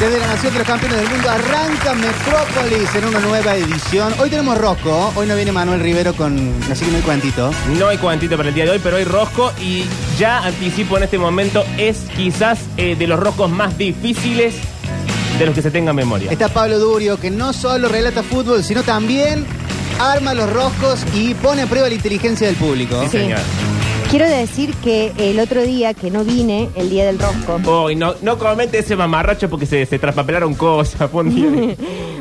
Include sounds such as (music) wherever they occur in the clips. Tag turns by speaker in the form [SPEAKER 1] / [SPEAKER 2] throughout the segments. [SPEAKER 1] Desde la Nación de los Campeones del Mundo arranca Metrópolis en una nueva edición. Hoy tenemos Rosco, hoy no viene Manuel Rivero con. Así que no hay cuantito.
[SPEAKER 2] No hay cuantito para el día de hoy, pero hay rosco y ya anticipo en este momento es quizás eh, de los roscos más difíciles de los que se tenga memoria.
[SPEAKER 1] Está Pablo Durio, que no solo relata fútbol, sino también arma los roscos y pone a prueba la inteligencia del público.
[SPEAKER 2] Sí, señor.
[SPEAKER 3] Quiero decir que el otro día que no vine, el día del rosco,
[SPEAKER 2] Oh, y no, no comente ese mamarracho porque se, se traspapelaron cosas. fue un día de-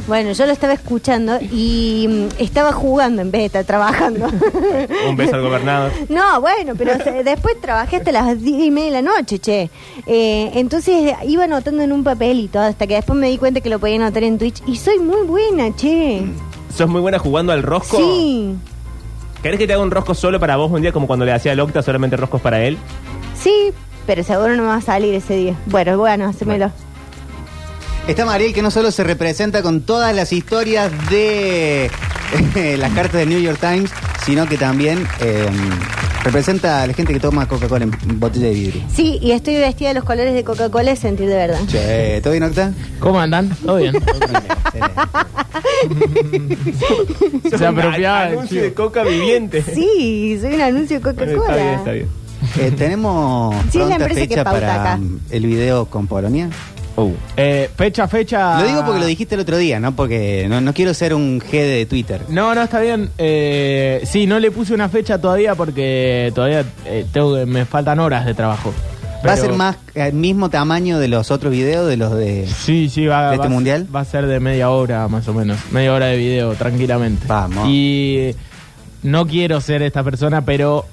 [SPEAKER 3] bueno, yo lo estaba escuchando y mm, estaba jugando en vez de estar trabajando. (laughs)
[SPEAKER 2] un beso al gobernador.
[SPEAKER 3] No, bueno, pero se- después trabajé hasta las 10 y media de la noche, che. Eh, entonces iba anotando en un papelito hasta que después me di cuenta que lo podía anotar en Twitch y soy muy buena, che.
[SPEAKER 2] Mm, ¿Sos muy buena jugando al rosco?
[SPEAKER 3] Sí,
[SPEAKER 2] ¿Querés que te haga un rosco solo para vos un día como cuando le hacía al Octa solamente roscos para él?
[SPEAKER 3] sí, pero seguro no me va a salir ese día. Bueno, bueno, hacémelo.
[SPEAKER 1] Está Mariel, que no solo se representa con todas las historias de eh, las cartas del New York Times, sino que también eh, representa a la gente que toma Coca-Cola en botella de vidrio.
[SPEAKER 3] Sí, y estoy vestida de los colores de Coca-Cola es sentir
[SPEAKER 2] (laughs)
[SPEAKER 3] de verdad.
[SPEAKER 1] Che, ¿todo bien, Octa?
[SPEAKER 4] ¿Cómo andan? ¿Todo bien? Se apropiaba del
[SPEAKER 2] Anuncio
[SPEAKER 4] chivo.
[SPEAKER 2] de coca viviente.
[SPEAKER 3] Sí, soy un anuncio de
[SPEAKER 2] Bueno, (laughs) está
[SPEAKER 3] Coca-Cola.
[SPEAKER 2] bien, está bien.
[SPEAKER 1] Eh, tenemos
[SPEAKER 3] Sí, es la
[SPEAKER 1] pronta
[SPEAKER 3] empresa que
[SPEAKER 1] fecha
[SPEAKER 3] pauta
[SPEAKER 1] para
[SPEAKER 3] acá.
[SPEAKER 1] mm, el video con Polonia.
[SPEAKER 4] (laughs)
[SPEAKER 2] Uh,
[SPEAKER 4] Eh, fecha, fecha.
[SPEAKER 1] Lo digo porque
[SPEAKER 3] Ah.
[SPEAKER 1] lo dijiste el otro día, ¿no? Porque no, no quiero ser un G de Twitter.
[SPEAKER 4] No, no, está bien. Eh, sí, no le puse una fecha todavía porque todavía eh, tengo que- me faltan horas de trabajo.
[SPEAKER 1] ¿Va a
[SPEAKER 4] Pero-
[SPEAKER 1] ser más el mismo tamaño de los otros videos, de los
[SPEAKER 4] (laughs)
[SPEAKER 1] de...
[SPEAKER 4] Sí, sí, va,
[SPEAKER 1] ¿De
[SPEAKER 4] va
[SPEAKER 1] este
[SPEAKER 4] a-
[SPEAKER 1] mundial?
[SPEAKER 4] va a ser de media hora más o menos. Media hora de video, tranquilamente.
[SPEAKER 1] Vamos.
[SPEAKER 4] Y no quiero ser esta persona, pero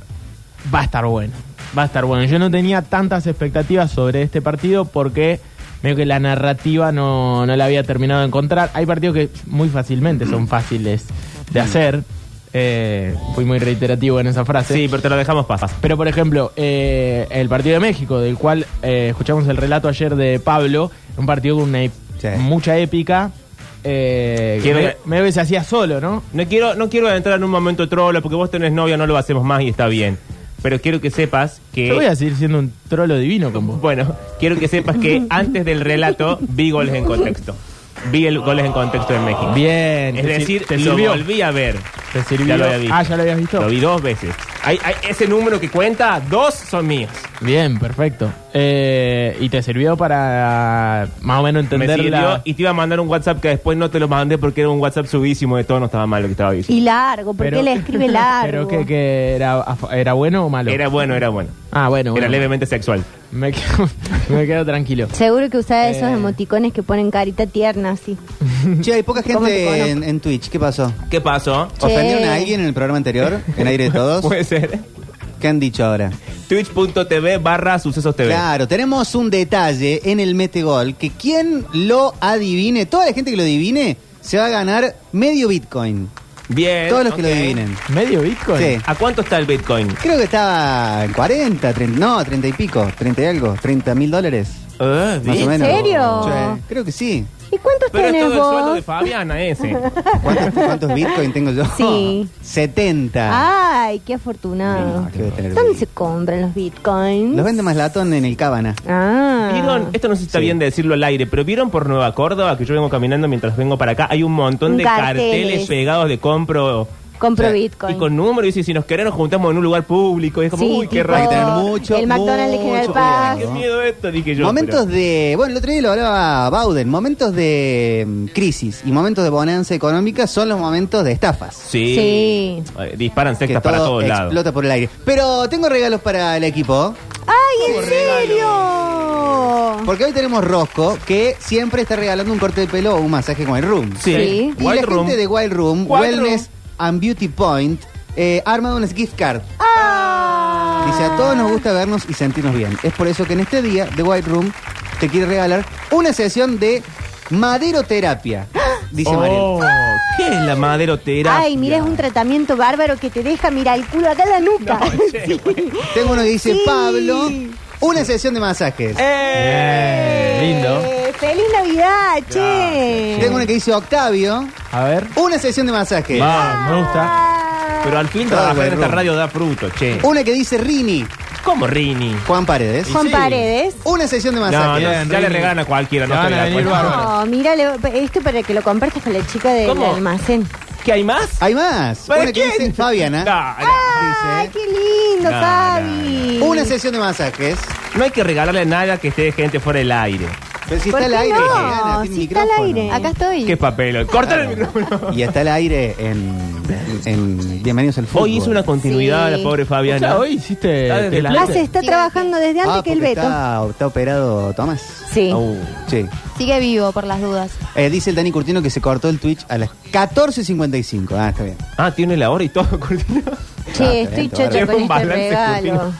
[SPEAKER 4] va a estar bueno. Va a estar bueno. Yo no tenía tantas expectativas sobre este partido porque medio que la narrativa no, no la había terminado de encontrar. Hay partidos que muy fácilmente son fáciles de hacer. Eh, fui muy reiterativo en esa frase.
[SPEAKER 2] Sí, pero te lo dejamos pasar.
[SPEAKER 4] Pero, por ejemplo, eh, el partido de México, del cual eh, escuchamos el relato ayer de Pablo, un partido con una ep-
[SPEAKER 1] Sí.
[SPEAKER 4] mucha épica. Eh, que
[SPEAKER 2] Quiero
[SPEAKER 4] me,
[SPEAKER 2] que-
[SPEAKER 4] medio que se hacía solo, ¿no?
[SPEAKER 2] No quiero, no quiero entrar en un momento trolo, porque vos tenés novia, no lo hacemos más y está bien. Pero quiero que sepas que.
[SPEAKER 4] Yo voy a seguir siendo un trolo divino con vos.
[SPEAKER 2] Bueno, quiero que sepas
[SPEAKER 4] (laughs)
[SPEAKER 2] que antes del relato vi goles en contexto. Vi el goles en contexto de México.
[SPEAKER 4] Bien,
[SPEAKER 2] Es
[SPEAKER 4] te sir-
[SPEAKER 2] decir,
[SPEAKER 4] te
[SPEAKER 2] lo
[SPEAKER 4] sirvió.
[SPEAKER 2] volví a ver.
[SPEAKER 4] Te sirvió.
[SPEAKER 2] Ya lo había visto.
[SPEAKER 4] Ah, ya lo habías visto.
[SPEAKER 2] Lo vi dos veces. Hay- hay- ese número que cuenta, dos son míos.
[SPEAKER 4] Bien, perfecto. Eh, y te sirvió para más o menos
[SPEAKER 2] Me
[SPEAKER 4] entender
[SPEAKER 2] sirvió
[SPEAKER 4] la-
[SPEAKER 2] y te iba a mandar un WhatsApp que después no te lo mandé porque era un WhatsApp subísimo de todo, no estaba mal lo que estaba
[SPEAKER 3] Y
[SPEAKER 2] diciendo.
[SPEAKER 3] largo, porque
[SPEAKER 4] (laughs) Pero-
[SPEAKER 1] (laughs)
[SPEAKER 3] él escribe largo.
[SPEAKER 4] ¿Pero que, era, af- era bueno o malo?
[SPEAKER 2] Era bueno, era bueno.
[SPEAKER 4] Ah, bueno, bueno.
[SPEAKER 2] Era levemente sexual.
[SPEAKER 4] Me quedo, (laughs) me quedo tranquilo.
[SPEAKER 3] Seguro que usaba esos
[SPEAKER 4] Eh.
[SPEAKER 3] emoticones que ponen carita tierna así.
[SPEAKER 1] Che, hay poca
[SPEAKER 3] ¿Cómo te conozco?
[SPEAKER 1] gente en, en Twitch. ¿Qué pasó?
[SPEAKER 2] ¿Qué pasó?
[SPEAKER 3] Che.
[SPEAKER 1] ¿Ofendieron a alguien en el programa anterior? ¿En aire de todos?
[SPEAKER 2] Puede ser.
[SPEAKER 1] ¿Qué han dicho ahora?
[SPEAKER 2] Twitch.tv barra sucesos TV.
[SPEAKER 1] Claro, tenemos un detalle en el Metegol que quien lo adivine, toda la gente que lo adivine, se va a ganar medio Bitcoin.
[SPEAKER 2] Bien.
[SPEAKER 1] Todos los que
[SPEAKER 2] Eh, ok.
[SPEAKER 1] lo adivinen.
[SPEAKER 4] ¿Medio Bitcoin?
[SPEAKER 1] Sí.
[SPEAKER 2] ¿A cuánto está el Bitcoin?
[SPEAKER 1] Creo que estaba en 40, 30, no, 30 y pico, 30 y algo, 30 mil dólares. Más o
[SPEAKER 2] ¿En
[SPEAKER 1] menos.
[SPEAKER 3] serio?
[SPEAKER 1] Sí, creo que sí.
[SPEAKER 3] ¿Y cuántos
[SPEAKER 2] Ah, Pero es
[SPEAKER 3] tenés
[SPEAKER 2] todo el sueldo
[SPEAKER 3] vos?
[SPEAKER 2] de Fabiana ese.
[SPEAKER 1] (laughs) ¿Cuántos, cuántos Bitcoin tengo yo?
[SPEAKER 3] Sí.
[SPEAKER 1] (laughs)
[SPEAKER 3] Ah,
[SPEAKER 1] 70.
[SPEAKER 3] Ay, qué afortunado.
[SPEAKER 1] No, que voy a Ah, tener
[SPEAKER 3] ¿Dónde
[SPEAKER 1] Bitcoin.
[SPEAKER 3] se compran los bitcoins?
[SPEAKER 1] Los vende más latón en el Cábana.
[SPEAKER 3] Ah.
[SPEAKER 2] ¿Vieron? Esto no sé si está
[SPEAKER 1] Sí.
[SPEAKER 2] bien de decirlo al aire, pero ¿vieron por Nueva Córdoba que yo vengo caminando mientras vengo para acá? Hay un montón de carteles,
[SPEAKER 3] Carteles.
[SPEAKER 2] pegados de compro
[SPEAKER 3] Compro
[SPEAKER 1] Sí.
[SPEAKER 3] bitcoin.
[SPEAKER 2] y con números. Y dice, si nos querés nos juntamos en un lugar público. Y es como,
[SPEAKER 3] Sí,
[SPEAKER 2] uy, qué
[SPEAKER 3] tipo,
[SPEAKER 1] Hay que
[SPEAKER 2] raro.
[SPEAKER 1] tener mucho,
[SPEAKER 3] El McDonald's de General
[SPEAKER 1] mucho
[SPEAKER 3] Paz.
[SPEAKER 2] Qué
[SPEAKER 1] cuidado.
[SPEAKER 2] miedo esto, dije yo.
[SPEAKER 1] Momentos de. Bueno, el otro día lo hablaba Bauden. Momentos de mm, crisis y momentos de bonanza económica son los momentos de estafas.
[SPEAKER 2] Sí.
[SPEAKER 3] Sí.
[SPEAKER 2] Ay, Disparan sectas para todos lados.
[SPEAKER 1] explota por el aire. Pero tengo regalos para el equipo.
[SPEAKER 3] ¡Ay, en serio!
[SPEAKER 1] Porque hoy tenemos Rosco, que siempre está regalando un corte de pelo o un masaje con el room.
[SPEAKER 2] Sí.
[SPEAKER 3] Sí.
[SPEAKER 1] Y
[SPEAKER 2] Wild
[SPEAKER 1] la
[SPEAKER 2] Room.
[SPEAKER 1] gente de Wild Room,
[SPEAKER 2] Wild
[SPEAKER 1] Wellness and Beauty Point, eh, arma una gift card. Dice, a todos nos gusta vernos y sentirnos bien. Es por eso que en este día The White Room te quiere regalar una sesión de maderoterapia, dice Mariel.
[SPEAKER 2] Oh, ¿Qué es la maderotera?
[SPEAKER 3] Ay, mira, es un tratamiento bárbaro que te deja, mira, el culo acá en la nuca. (laughs) Sí.
[SPEAKER 1] Tengo uno que dice,
[SPEAKER 3] Sí.
[SPEAKER 1] Pablo, una sesión de masajes.
[SPEAKER 4] Bien, lindo.
[SPEAKER 3] Eh, ¡Feliz Navidad, che!
[SPEAKER 1] Tengo uno que dice, Octavio,
[SPEAKER 4] A ver.
[SPEAKER 1] una sesión de masajes.
[SPEAKER 4] Va, me gusta.
[SPEAKER 3] Ah.
[SPEAKER 2] Pero al fin
[SPEAKER 1] Todo
[SPEAKER 2] trabajar
[SPEAKER 1] Wild
[SPEAKER 2] en esta
[SPEAKER 1] Room.
[SPEAKER 3] Uh.
[SPEAKER 2] radio da fruto, che.
[SPEAKER 1] Una que dice Rini,
[SPEAKER 2] ¿Cómo Rini?
[SPEAKER 1] Juan Paredes.
[SPEAKER 4] Y
[SPEAKER 3] Juan
[SPEAKER 4] sí.
[SPEAKER 3] Paredes.
[SPEAKER 1] Una sesión de
[SPEAKER 2] No,
[SPEAKER 1] masacre.
[SPEAKER 2] no,
[SPEAKER 4] Bien,
[SPEAKER 2] ya le
[SPEAKER 4] Rini.
[SPEAKER 2] regalan a cualquiera, no
[SPEAKER 4] Te
[SPEAKER 2] estoy
[SPEAKER 4] van a
[SPEAKER 2] de
[SPEAKER 4] venir
[SPEAKER 2] acuerdo.
[SPEAKER 4] bárbaros.
[SPEAKER 3] No, mira, le- esto para que lo compartas con la chica del
[SPEAKER 2] ¿Cómo?
[SPEAKER 3] almacén.
[SPEAKER 2] ¿Qué hay más?
[SPEAKER 4] Ah,
[SPEAKER 1] Hay más.
[SPEAKER 2] ¿Para
[SPEAKER 1] Una que
[SPEAKER 2] quién?
[SPEAKER 1] dice Fabiana.
[SPEAKER 2] No, no.
[SPEAKER 3] ¡Ay,
[SPEAKER 1] Dice,
[SPEAKER 3] qué
[SPEAKER 2] No,
[SPEAKER 3] lindo,
[SPEAKER 2] no,
[SPEAKER 3] Fabi!
[SPEAKER 1] Una sesión de masacres.
[SPEAKER 2] No hay que regalarle nada que esté gente fuera del aire.
[SPEAKER 1] Pero si
[SPEAKER 3] ¿Por
[SPEAKER 1] está al
[SPEAKER 3] qué
[SPEAKER 1] aire,
[SPEAKER 3] no?
[SPEAKER 1] Fabiana, tiene
[SPEAKER 3] Si está al
[SPEAKER 1] micrófono.
[SPEAKER 3] aire.
[SPEAKER 5] Acá estoy.
[SPEAKER 2] ¿Qué papel? Cortar el micrófono.
[SPEAKER 1] Y está al aire en, en Bienvenidos al Fútbol.
[SPEAKER 2] Hoy hizo una continuidad
[SPEAKER 5] Sí.
[SPEAKER 2] la pobre
[SPEAKER 4] O
[SPEAKER 2] Fabiana.
[SPEAKER 4] sea, hoy hiciste.
[SPEAKER 2] Está desde
[SPEAKER 4] te
[SPEAKER 2] la-
[SPEAKER 4] la-
[SPEAKER 3] Más está
[SPEAKER 5] Gigante.
[SPEAKER 3] trabajando desde antes
[SPEAKER 1] Ah,
[SPEAKER 3] que el
[SPEAKER 1] porque
[SPEAKER 3] Beto.
[SPEAKER 1] Está, está operado Tomás.
[SPEAKER 3] Sí.
[SPEAKER 2] Uh,
[SPEAKER 1] Sí.
[SPEAKER 5] Sigue vivo por las dudas.
[SPEAKER 1] Eh, dice el Dani Curtino que se cortó el Twitch a las 14.55. Ah, está bien.
[SPEAKER 2] Ah, tiene la hora y todo, (laughs) Cortino.
[SPEAKER 3] Che,
[SPEAKER 1] Ah, está
[SPEAKER 3] estoy
[SPEAKER 1] bien, está
[SPEAKER 3] chocha
[SPEAKER 2] bien.
[SPEAKER 3] con
[SPEAKER 2] Un
[SPEAKER 3] este
[SPEAKER 2] balance
[SPEAKER 3] regalo.
[SPEAKER 2] continuo.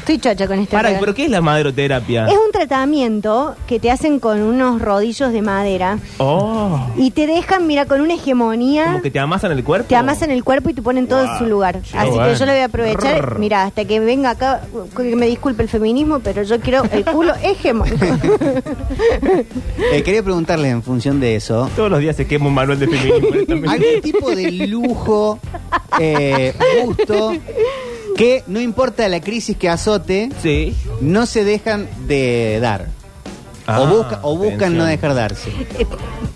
[SPEAKER 3] Estoy chocha con este
[SPEAKER 2] Para,
[SPEAKER 3] regalo.
[SPEAKER 2] ¿pero qué es la maderoterapia?
[SPEAKER 3] Es un tratamiento que te hacen con unos rodillos de madera
[SPEAKER 2] Oh,
[SPEAKER 3] y te dejan, mira, con una hegemonía.
[SPEAKER 2] como que te amasan el cuerpo.
[SPEAKER 3] Te amasan el cuerpo y te ponen todo en
[SPEAKER 2] Wow,
[SPEAKER 3] su lugar.
[SPEAKER 2] che,
[SPEAKER 3] Así
[SPEAKER 2] bueno.
[SPEAKER 3] que yo lo voy a aprovechar.
[SPEAKER 2] Rrr.
[SPEAKER 3] Mira, hasta que venga acá, que me disculpe el feminismo, pero yo quiero
[SPEAKER 2] (laughs)
[SPEAKER 3] el culo hegemónico.
[SPEAKER 1] Eh, quería preguntarle en función de eso.
[SPEAKER 2] Todos los días se quema un manual de
[SPEAKER 3] (laughs)
[SPEAKER 2] feminismo. honestamente.
[SPEAKER 1] ¿Algún tipo de lujo, eh, gusto, que no importa la crisis que azote,
[SPEAKER 2] sí.
[SPEAKER 1] no se dejan de dar?
[SPEAKER 2] Ah,
[SPEAKER 1] o, busca- o buscan
[SPEAKER 2] atención.
[SPEAKER 1] no dejar darse.
[SPEAKER 3] Eh,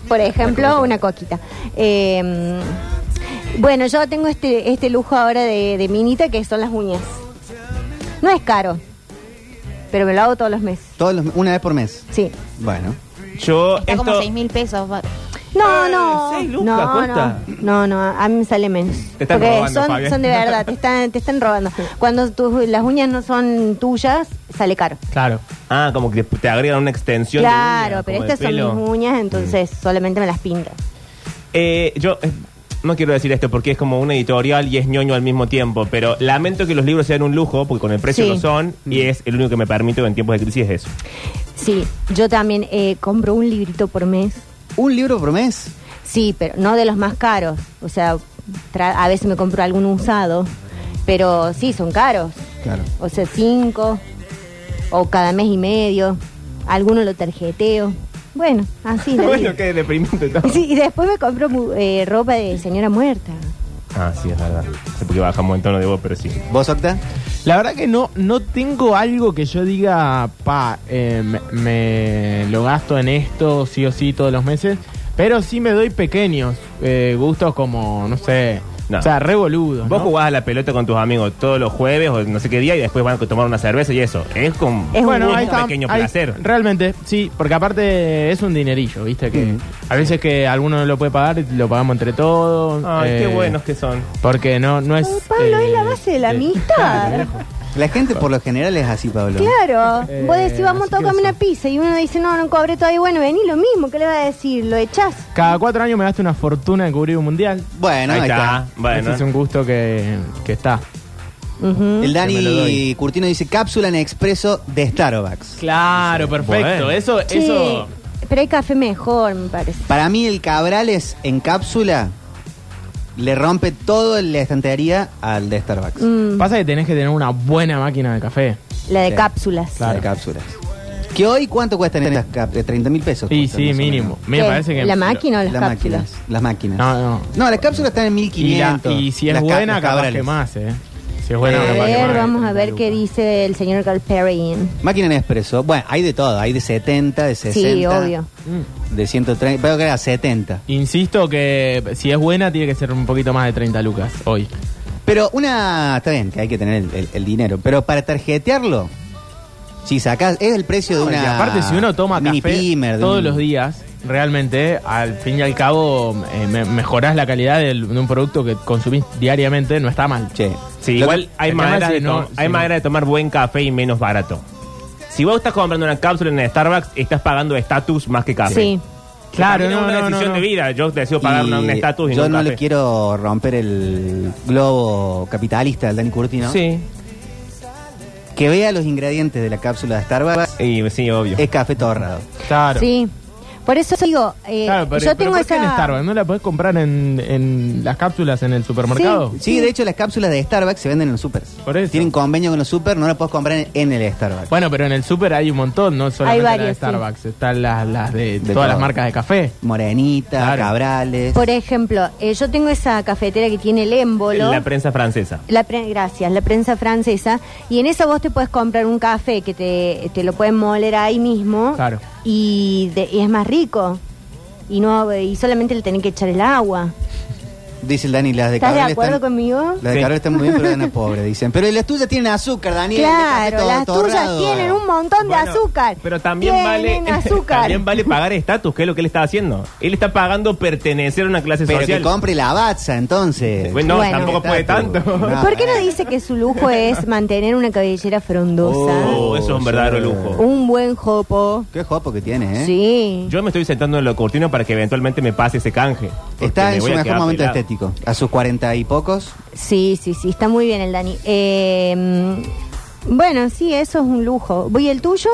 [SPEAKER 3] Por ejemplo, una coquita. Eh, bueno, yo tengo este, este lujo ahora de, de minita que son las uñas. No es caro, pero me lo hago todos los meses.
[SPEAKER 1] Todos los- una vez por mes.
[SPEAKER 3] Sí.
[SPEAKER 1] Bueno.
[SPEAKER 2] Yo,
[SPEAKER 5] Está
[SPEAKER 2] esto.
[SPEAKER 5] como 6 mil pesos. va-
[SPEAKER 3] No,
[SPEAKER 2] Eh,
[SPEAKER 3] no.
[SPEAKER 2] seis lucas,
[SPEAKER 3] no, no,
[SPEAKER 2] cuesta.
[SPEAKER 3] no, no, a mí me sale menos.
[SPEAKER 2] Te están
[SPEAKER 3] Porque
[SPEAKER 2] robando,
[SPEAKER 3] son,
[SPEAKER 2] Fabián.
[SPEAKER 3] son de
[SPEAKER 2] (laughs)
[SPEAKER 3] verdad, te están, te están robando. Cuando tus- las uñas no son tuyas, sale caro.
[SPEAKER 4] Claro.
[SPEAKER 2] Ah, como que te agregan una extensión. de
[SPEAKER 3] Claro,
[SPEAKER 2] uña,
[SPEAKER 3] pero
[SPEAKER 2] como de
[SPEAKER 3] estas son mis
[SPEAKER 2] pelo. Mm.
[SPEAKER 3] uñas, entonces solamente me las pinto.
[SPEAKER 2] Eh, yo eh, no quiero decir esto porque es como una editorial y es ñoño al mismo tiempo, pero lamento que los libros sean un lujo porque con el precio
[SPEAKER 3] Sí. Mm.
[SPEAKER 2] lo son y es el único que me permito en tiempos de crisis es eso.
[SPEAKER 3] Sí, yo también eh, compro un librito por mes.
[SPEAKER 1] ¿Un libro por mes?
[SPEAKER 3] Sí, pero no de los más caros. O sea, tra- a veces me compro algún usado. Pero sí, son caros.
[SPEAKER 1] Claro.
[SPEAKER 3] O sea, cinco. O cada mes y medio. Alguno lo tarjeteo. Bueno, así.
[SPEAKER 2] (laughs)
[SPEAKER 3] la
[SPEAKER 2] (laughs)
[SPEAKER 3] vida.
[SPEAKER 2] bueno, qué deprimente todo.
[SPEAKER 3] Sí, y después me compro mu- eh, ropa de señora muerta.
[SPEAKER 2] Ah, sí, es verdad. No sé por qué bajamos el tono de voz, pero sí.
[SPEAKER 1] ¿Vos, Octa?
[SPEAKER 4] La verdad que no, no tengo algo que yo diga, pa, eh, me, me lo gasto en esto sí o sí todos los meses, pero sí me doy pequeños eh, gustos como, no sé,
[SPEAKER 2] No.
[SPEAKER 4] o sea, revoludo.
[SPEAKER 2] Vos jugás a la pelota con tus amigos todos los jueves o no sé qué día y después van a tomar una cerveza y eso. Es como...
[SPEAKER 3] Es un
[SPEAKER 4] bueno, ahí
[SPEAKER 2] gusto.
[SPEAKER 4] está,
[SPEAKER 2] Pequeño
[SPEAKER 4] ahí-
[SPEAKER 2] placer.
[SPEAKER 4] realmente, sí, porque aparte es un dinerillo, ¿viste? Que
[SPEAKER 1] Mm.
[SPEAKER 4] a veces que alguno no lo puede pagar, y lo pagamos entre todos.
[SPEAKER 2] Ay, qué
[SPEAKER 4] eh,
[SPEAKER 2] buenos que son.
[SPEAKER 4] Porque no, no es.
[SPEAKER 3] Ay, Pablo, es la
[SPEAKER 4] eh,
[SPEAKER 3] base de la
[SPEAKER 4] eh,
[SPEAKER 3] amistad.
[SPEAKER 1] La gente por lo general es así, Pablo.
[SPEAKER 3] Claro,
[SPEAKER 4] Eh,
[SPEAKER 3] vos decís, vamos
[SPEAKER 4] así
[SPEAKER 3] todos
[SPEAKER 4] que
[SPEAKER 3] a comer
[SPEAKER 4] eso.
[SPEAKER 3] una pizza y uno dice, no, no cobré todavía, bueno, vení lo mismo, ¿qué le vas a decir? ¿Lo echás?
[SPEAKER 4] Cada cuatro años me gasto una fortuna en cubrir un mundial.
[SPEAKER 1] Bueno,
[SPEAKER 2] ahí, está.
[SPEAKER 4] Ese
[SPEAKER 2] Bueno.
[SPEAKER 4] es un gusto que, que está.
[SPEAKER 3] Ujú.
[SPEAKER 1] El
[SPEAKER 4] Que Mm. me lo doy.
[SPEAKER 1] Dani Curtino dice cápsula en expreso de Starbucks.
[SPEAKER 4] Claro,
[SPEAKER 2] perfecto.
[SPEAKER 4] Eso,
[SPEAKER 3] Che, pero hay café mejor, me parece.
[SPEAKER 1] Para mí el Cabrales en cápsula le rompe todo la estantería al de Starbucks.
[SPEAKER 3] Mm,
[SPEAKER 4] Pasa que tenés que tener una buena máquina de café.
[SPEAKER 3] la de
[SPEAKER 1] Sí.
[SPEAKER 3] cápsulas.
[SPEAKER 1] La de cápsulas. Que hoy cuánto cuestan estas cápsulas? 30 mil pesos.
[SPEAKER 4] Y
[SPEAKER 1] cuestan,
[SPEAKER 4] sí,
[SPEAKER 1] más o
[SPEAKER 4] mínimo.
[SPEAKER 1] menos.
[SPEAKER 4] Me
[SPEAKER 3] ¿Qué?
[SPEAKER 4] parece que
[SPEAKER 3] ¿La máquina o las
[SPEAKER 1] Las
[SPEAKER 3] cápsulas?
[SPEAKER 1] máquinas. Las máquinas.
[SPEAKER 4] No, no.
[SPEAKER 1] No, las cápsulas están en
[SPEAKER 4] Y, la-
[SPEAKER 1] 1500.
[SPEAKER 4] y si es
[SPEAKER 1] Las ca-
[SPEAKER 4] buena,
[SPEAKER 1] las
[SPEAKER 4] capaz
[SPEAKER 1] Cabrales.
[SPEAKER 4] que más, ¿eh? Si es buena,
[SPEAKER 1] Eh,
[SPEAKER 4] capaz
[SPEAKER 3] A
[SPEAKER 4] que más.
[SPEAKER 3] ver,
[SPEAKER 4] de
[SPEAKER 3] vamos a
[SPEAKER 4] 30
[SPEAKER 3] ver qué
[SPEAKER 4] lucas.
[SPEAKER 3] dice el señor Galperian.
[SPEAKER 1] Máquina en expreso. Bueno, hay de todo. Hay de 70, de 60.
[SPEAKER 3] Sí, obvio.
[SPEAKER 4] Mm.
[SPEAKER 1] De 130. Pero que era 70.
[SPEAKER 4] Insisto que si es buena, tiene que ser un poquito más de 30 lucas hoy.
[SPEAKER 1] Pero una, está bien que hay que tener el, el- el dinero, pero para tarjetearlo, si sacás, es el precio de
[SPEAKER 4] Y
[SPEAKER 1] una.
[SPEAKER 4] aparte, si uno toma
[SPEAKER 1] mini
[SPEAKER 4] café
[SPEAKER 1] pimer, de
[SPEAKER 4] todos
[SPEAKER 1] un-
[SPEAKER 4] los días, realmente, al fin y al cabo, eh, me- mejorás la calidad del- de un producto que consumís diariamente, no está mal.
[SPEAKER 1] Che.
[SPEAKER 2] Sí,
[SPEAKER 1] Lo-
[SPEAKER 2] igual hay
[SPEAKER 4] el tema
[SPEAKER 2] manera,
[SPEAKER 4] es
[SPEAKER 2] de
[SPEAKER 4] si no-
[SPEAKER 2] to- hay
[SPEAKER 4] si no-
[SPEAKER 2] manera de tomar buen café y menos barato. Si vos estás comprando una cápsula en Starbucks, estás pagando estatus más que café.
[SPEAKER 3] Sí.
[SPEAKER 4] Claro,
[SPEAKER 2] También
[SPEAKER 4] no,
[SPEAKER 2] es una
[SPEAKER 4] no,
[SPEAKER 2] decisión
[SPEAKER 4] no, no.
[SPEAKER 2] de vida. Yo decido pagar
[SPEAKER 1] y
[SPEAKER 2] una- un estatus y
[SPEAKER 1] Yo
[SPEAKER 2] un
[SPEAKER 1] no le
[SPEAKER 2] café.
[SPEAKER 1] quiero romper el globo capitalista del Dani Curtino.
[SPEAKER 2] Sí.
[SPEAKER 1] Que vea los ingredientes de la cápsula de Starbucks,
[SPEAKER 2] Y, sí, obvio.
[SPEAKER 1] es café torrado.
[SPEAKER 4] Claro.
[SPEAKER 3] Sí. Por eso digo, eh,
[SPEAKER 4] Claro, pero,
[SPEAKER 3] yo
[SPEAKER 4] pero
[SPEAKER 3] tengo
[SPEAKER 4] ¿por qué
[SPEAKER 3] esa...
[SPEAKER 4] en Starbucks? ¿No la podés comprar en, en las cápsulas en el supermercado?
[SPEAKER 1] Sí, de hecho las cápsulas de Starbucks se venden en los supers.
[SPEAKER 4] Por eso.
[SPEAKER 1] Tienen convenio con los supers, no las puedes comprar en, en el Starbucks.
[SPEAKER 4] Bueno, pero en el super hay un montón, no solamente
[SPEAKER 3] Hay
[SPEAKER 4] la de
[SPEAKER 3] varias,
[SPEAKER 4] Starbucks, están las, las de,
[SPEAKER 1] De
[SPEAKER 4] todas
[SPEAKER 1] todo.
[SPEAKER 4] las marcas de café.
[SPEAKER 1] Morenita,
[SPEAKER 4] Claro.
[SPEAKER 1] Cabrales.
[SPEAKER 3] Por ejemplo, eh, yo tengo esa cafetera que tiene el émbolo.
[SPEAKER 2] La prensa francesa.
[SPEAKER 3] La pre- gracias, la prensa francesa. Y en esa vos te puedes comprar un café que te, te lo pueden moler ahí mismo.
[SPEAKER 4] Claro.
[SPEAKER 3] Y, de- y es más rico. Y no y solamente le tenés que echar el agua.
[SPEAKER 1] Dice el Dani, las de
[SPEAKER 3] ¿Estás de
[SPEAKER 1] Cabrales
[SPEAKER 3] acuerdo
[SPEAKER 1] están-
[SPEAKER 3] conmigo?
[SPEAKER 1] Las de
[SPEAKER 2] Sí.
[SPEAKER 1] Cabrales están muy bien, pero eran pobres, dicen. Pero las tuyas tienen azúcar, Daniel.
[SPEAKER 3] Claro,
[SPEAKER 1] dejaste
[SPEAKER 3] las
[SPEAKER 1] todo
[SPEAKER 3] tuyas
[SPEAKER 1] torrado.
[SPEAKER 3] tienen un montón de
[SPEAKER 2] Bueno,
[SPEAKER 3] azúcar.
[SPEAKER 2] Pero también
[SPEAKER 3] Tienen
[SPEAKER 2] vale. (laughs)
[SPEAKER 3] azúcar.
[SPEAKER 2] también vale pagar estatus, que es lo que él está haciendo. Él está pagando pertenecer a una clase
[SPEAKER 1] Pero
[SPEAKER 2] social.
[SPEAKER 1] que compre la Batza, entonces.
[SPEAKER 2] Bueno, no,
[SPEAKER 3] Bueno.
[SPEAKER 2] tampoco puede tanto.
[SPEAKER 1] (laughs)
[SPEAKER 2] (laughs)
[SPEAKER 1] No.
[SPEAKER 3] ¿Por qué no dice que su lujo es mantener una cabellera frondosa?
[SPEAKER 2] Oh, eso es un verdadero lujo.
[SPEAKER 3] Un buen jopo.
[SPEAKER 1] Uh, Qué jopo que tiene, Oh. ¿eh?
[SPEAKER 3] Sí.
[SPEAKER 2] Yo me estoy sentando en lo cortino para que eventualmente me pase ese canje. porque
[SPEAKER 1] Está
[SPEAKER 2] me
[SPEAKER 1] en su
[SPEAKER 2] voy a
[SPEAKER 1] mejor
[SPEAKER 2] quedar
[SPEAKER 1] momento
[SPEAKER 2] pelado.
[SPEAKER 1] estético. A sus cuarenta y pocos.
[SPEAKER 3] Sí, sí, sí, está muy bien el Dani. Eh, mm, bueno, sí, eso es un lujo. ¿Voy el tuyo?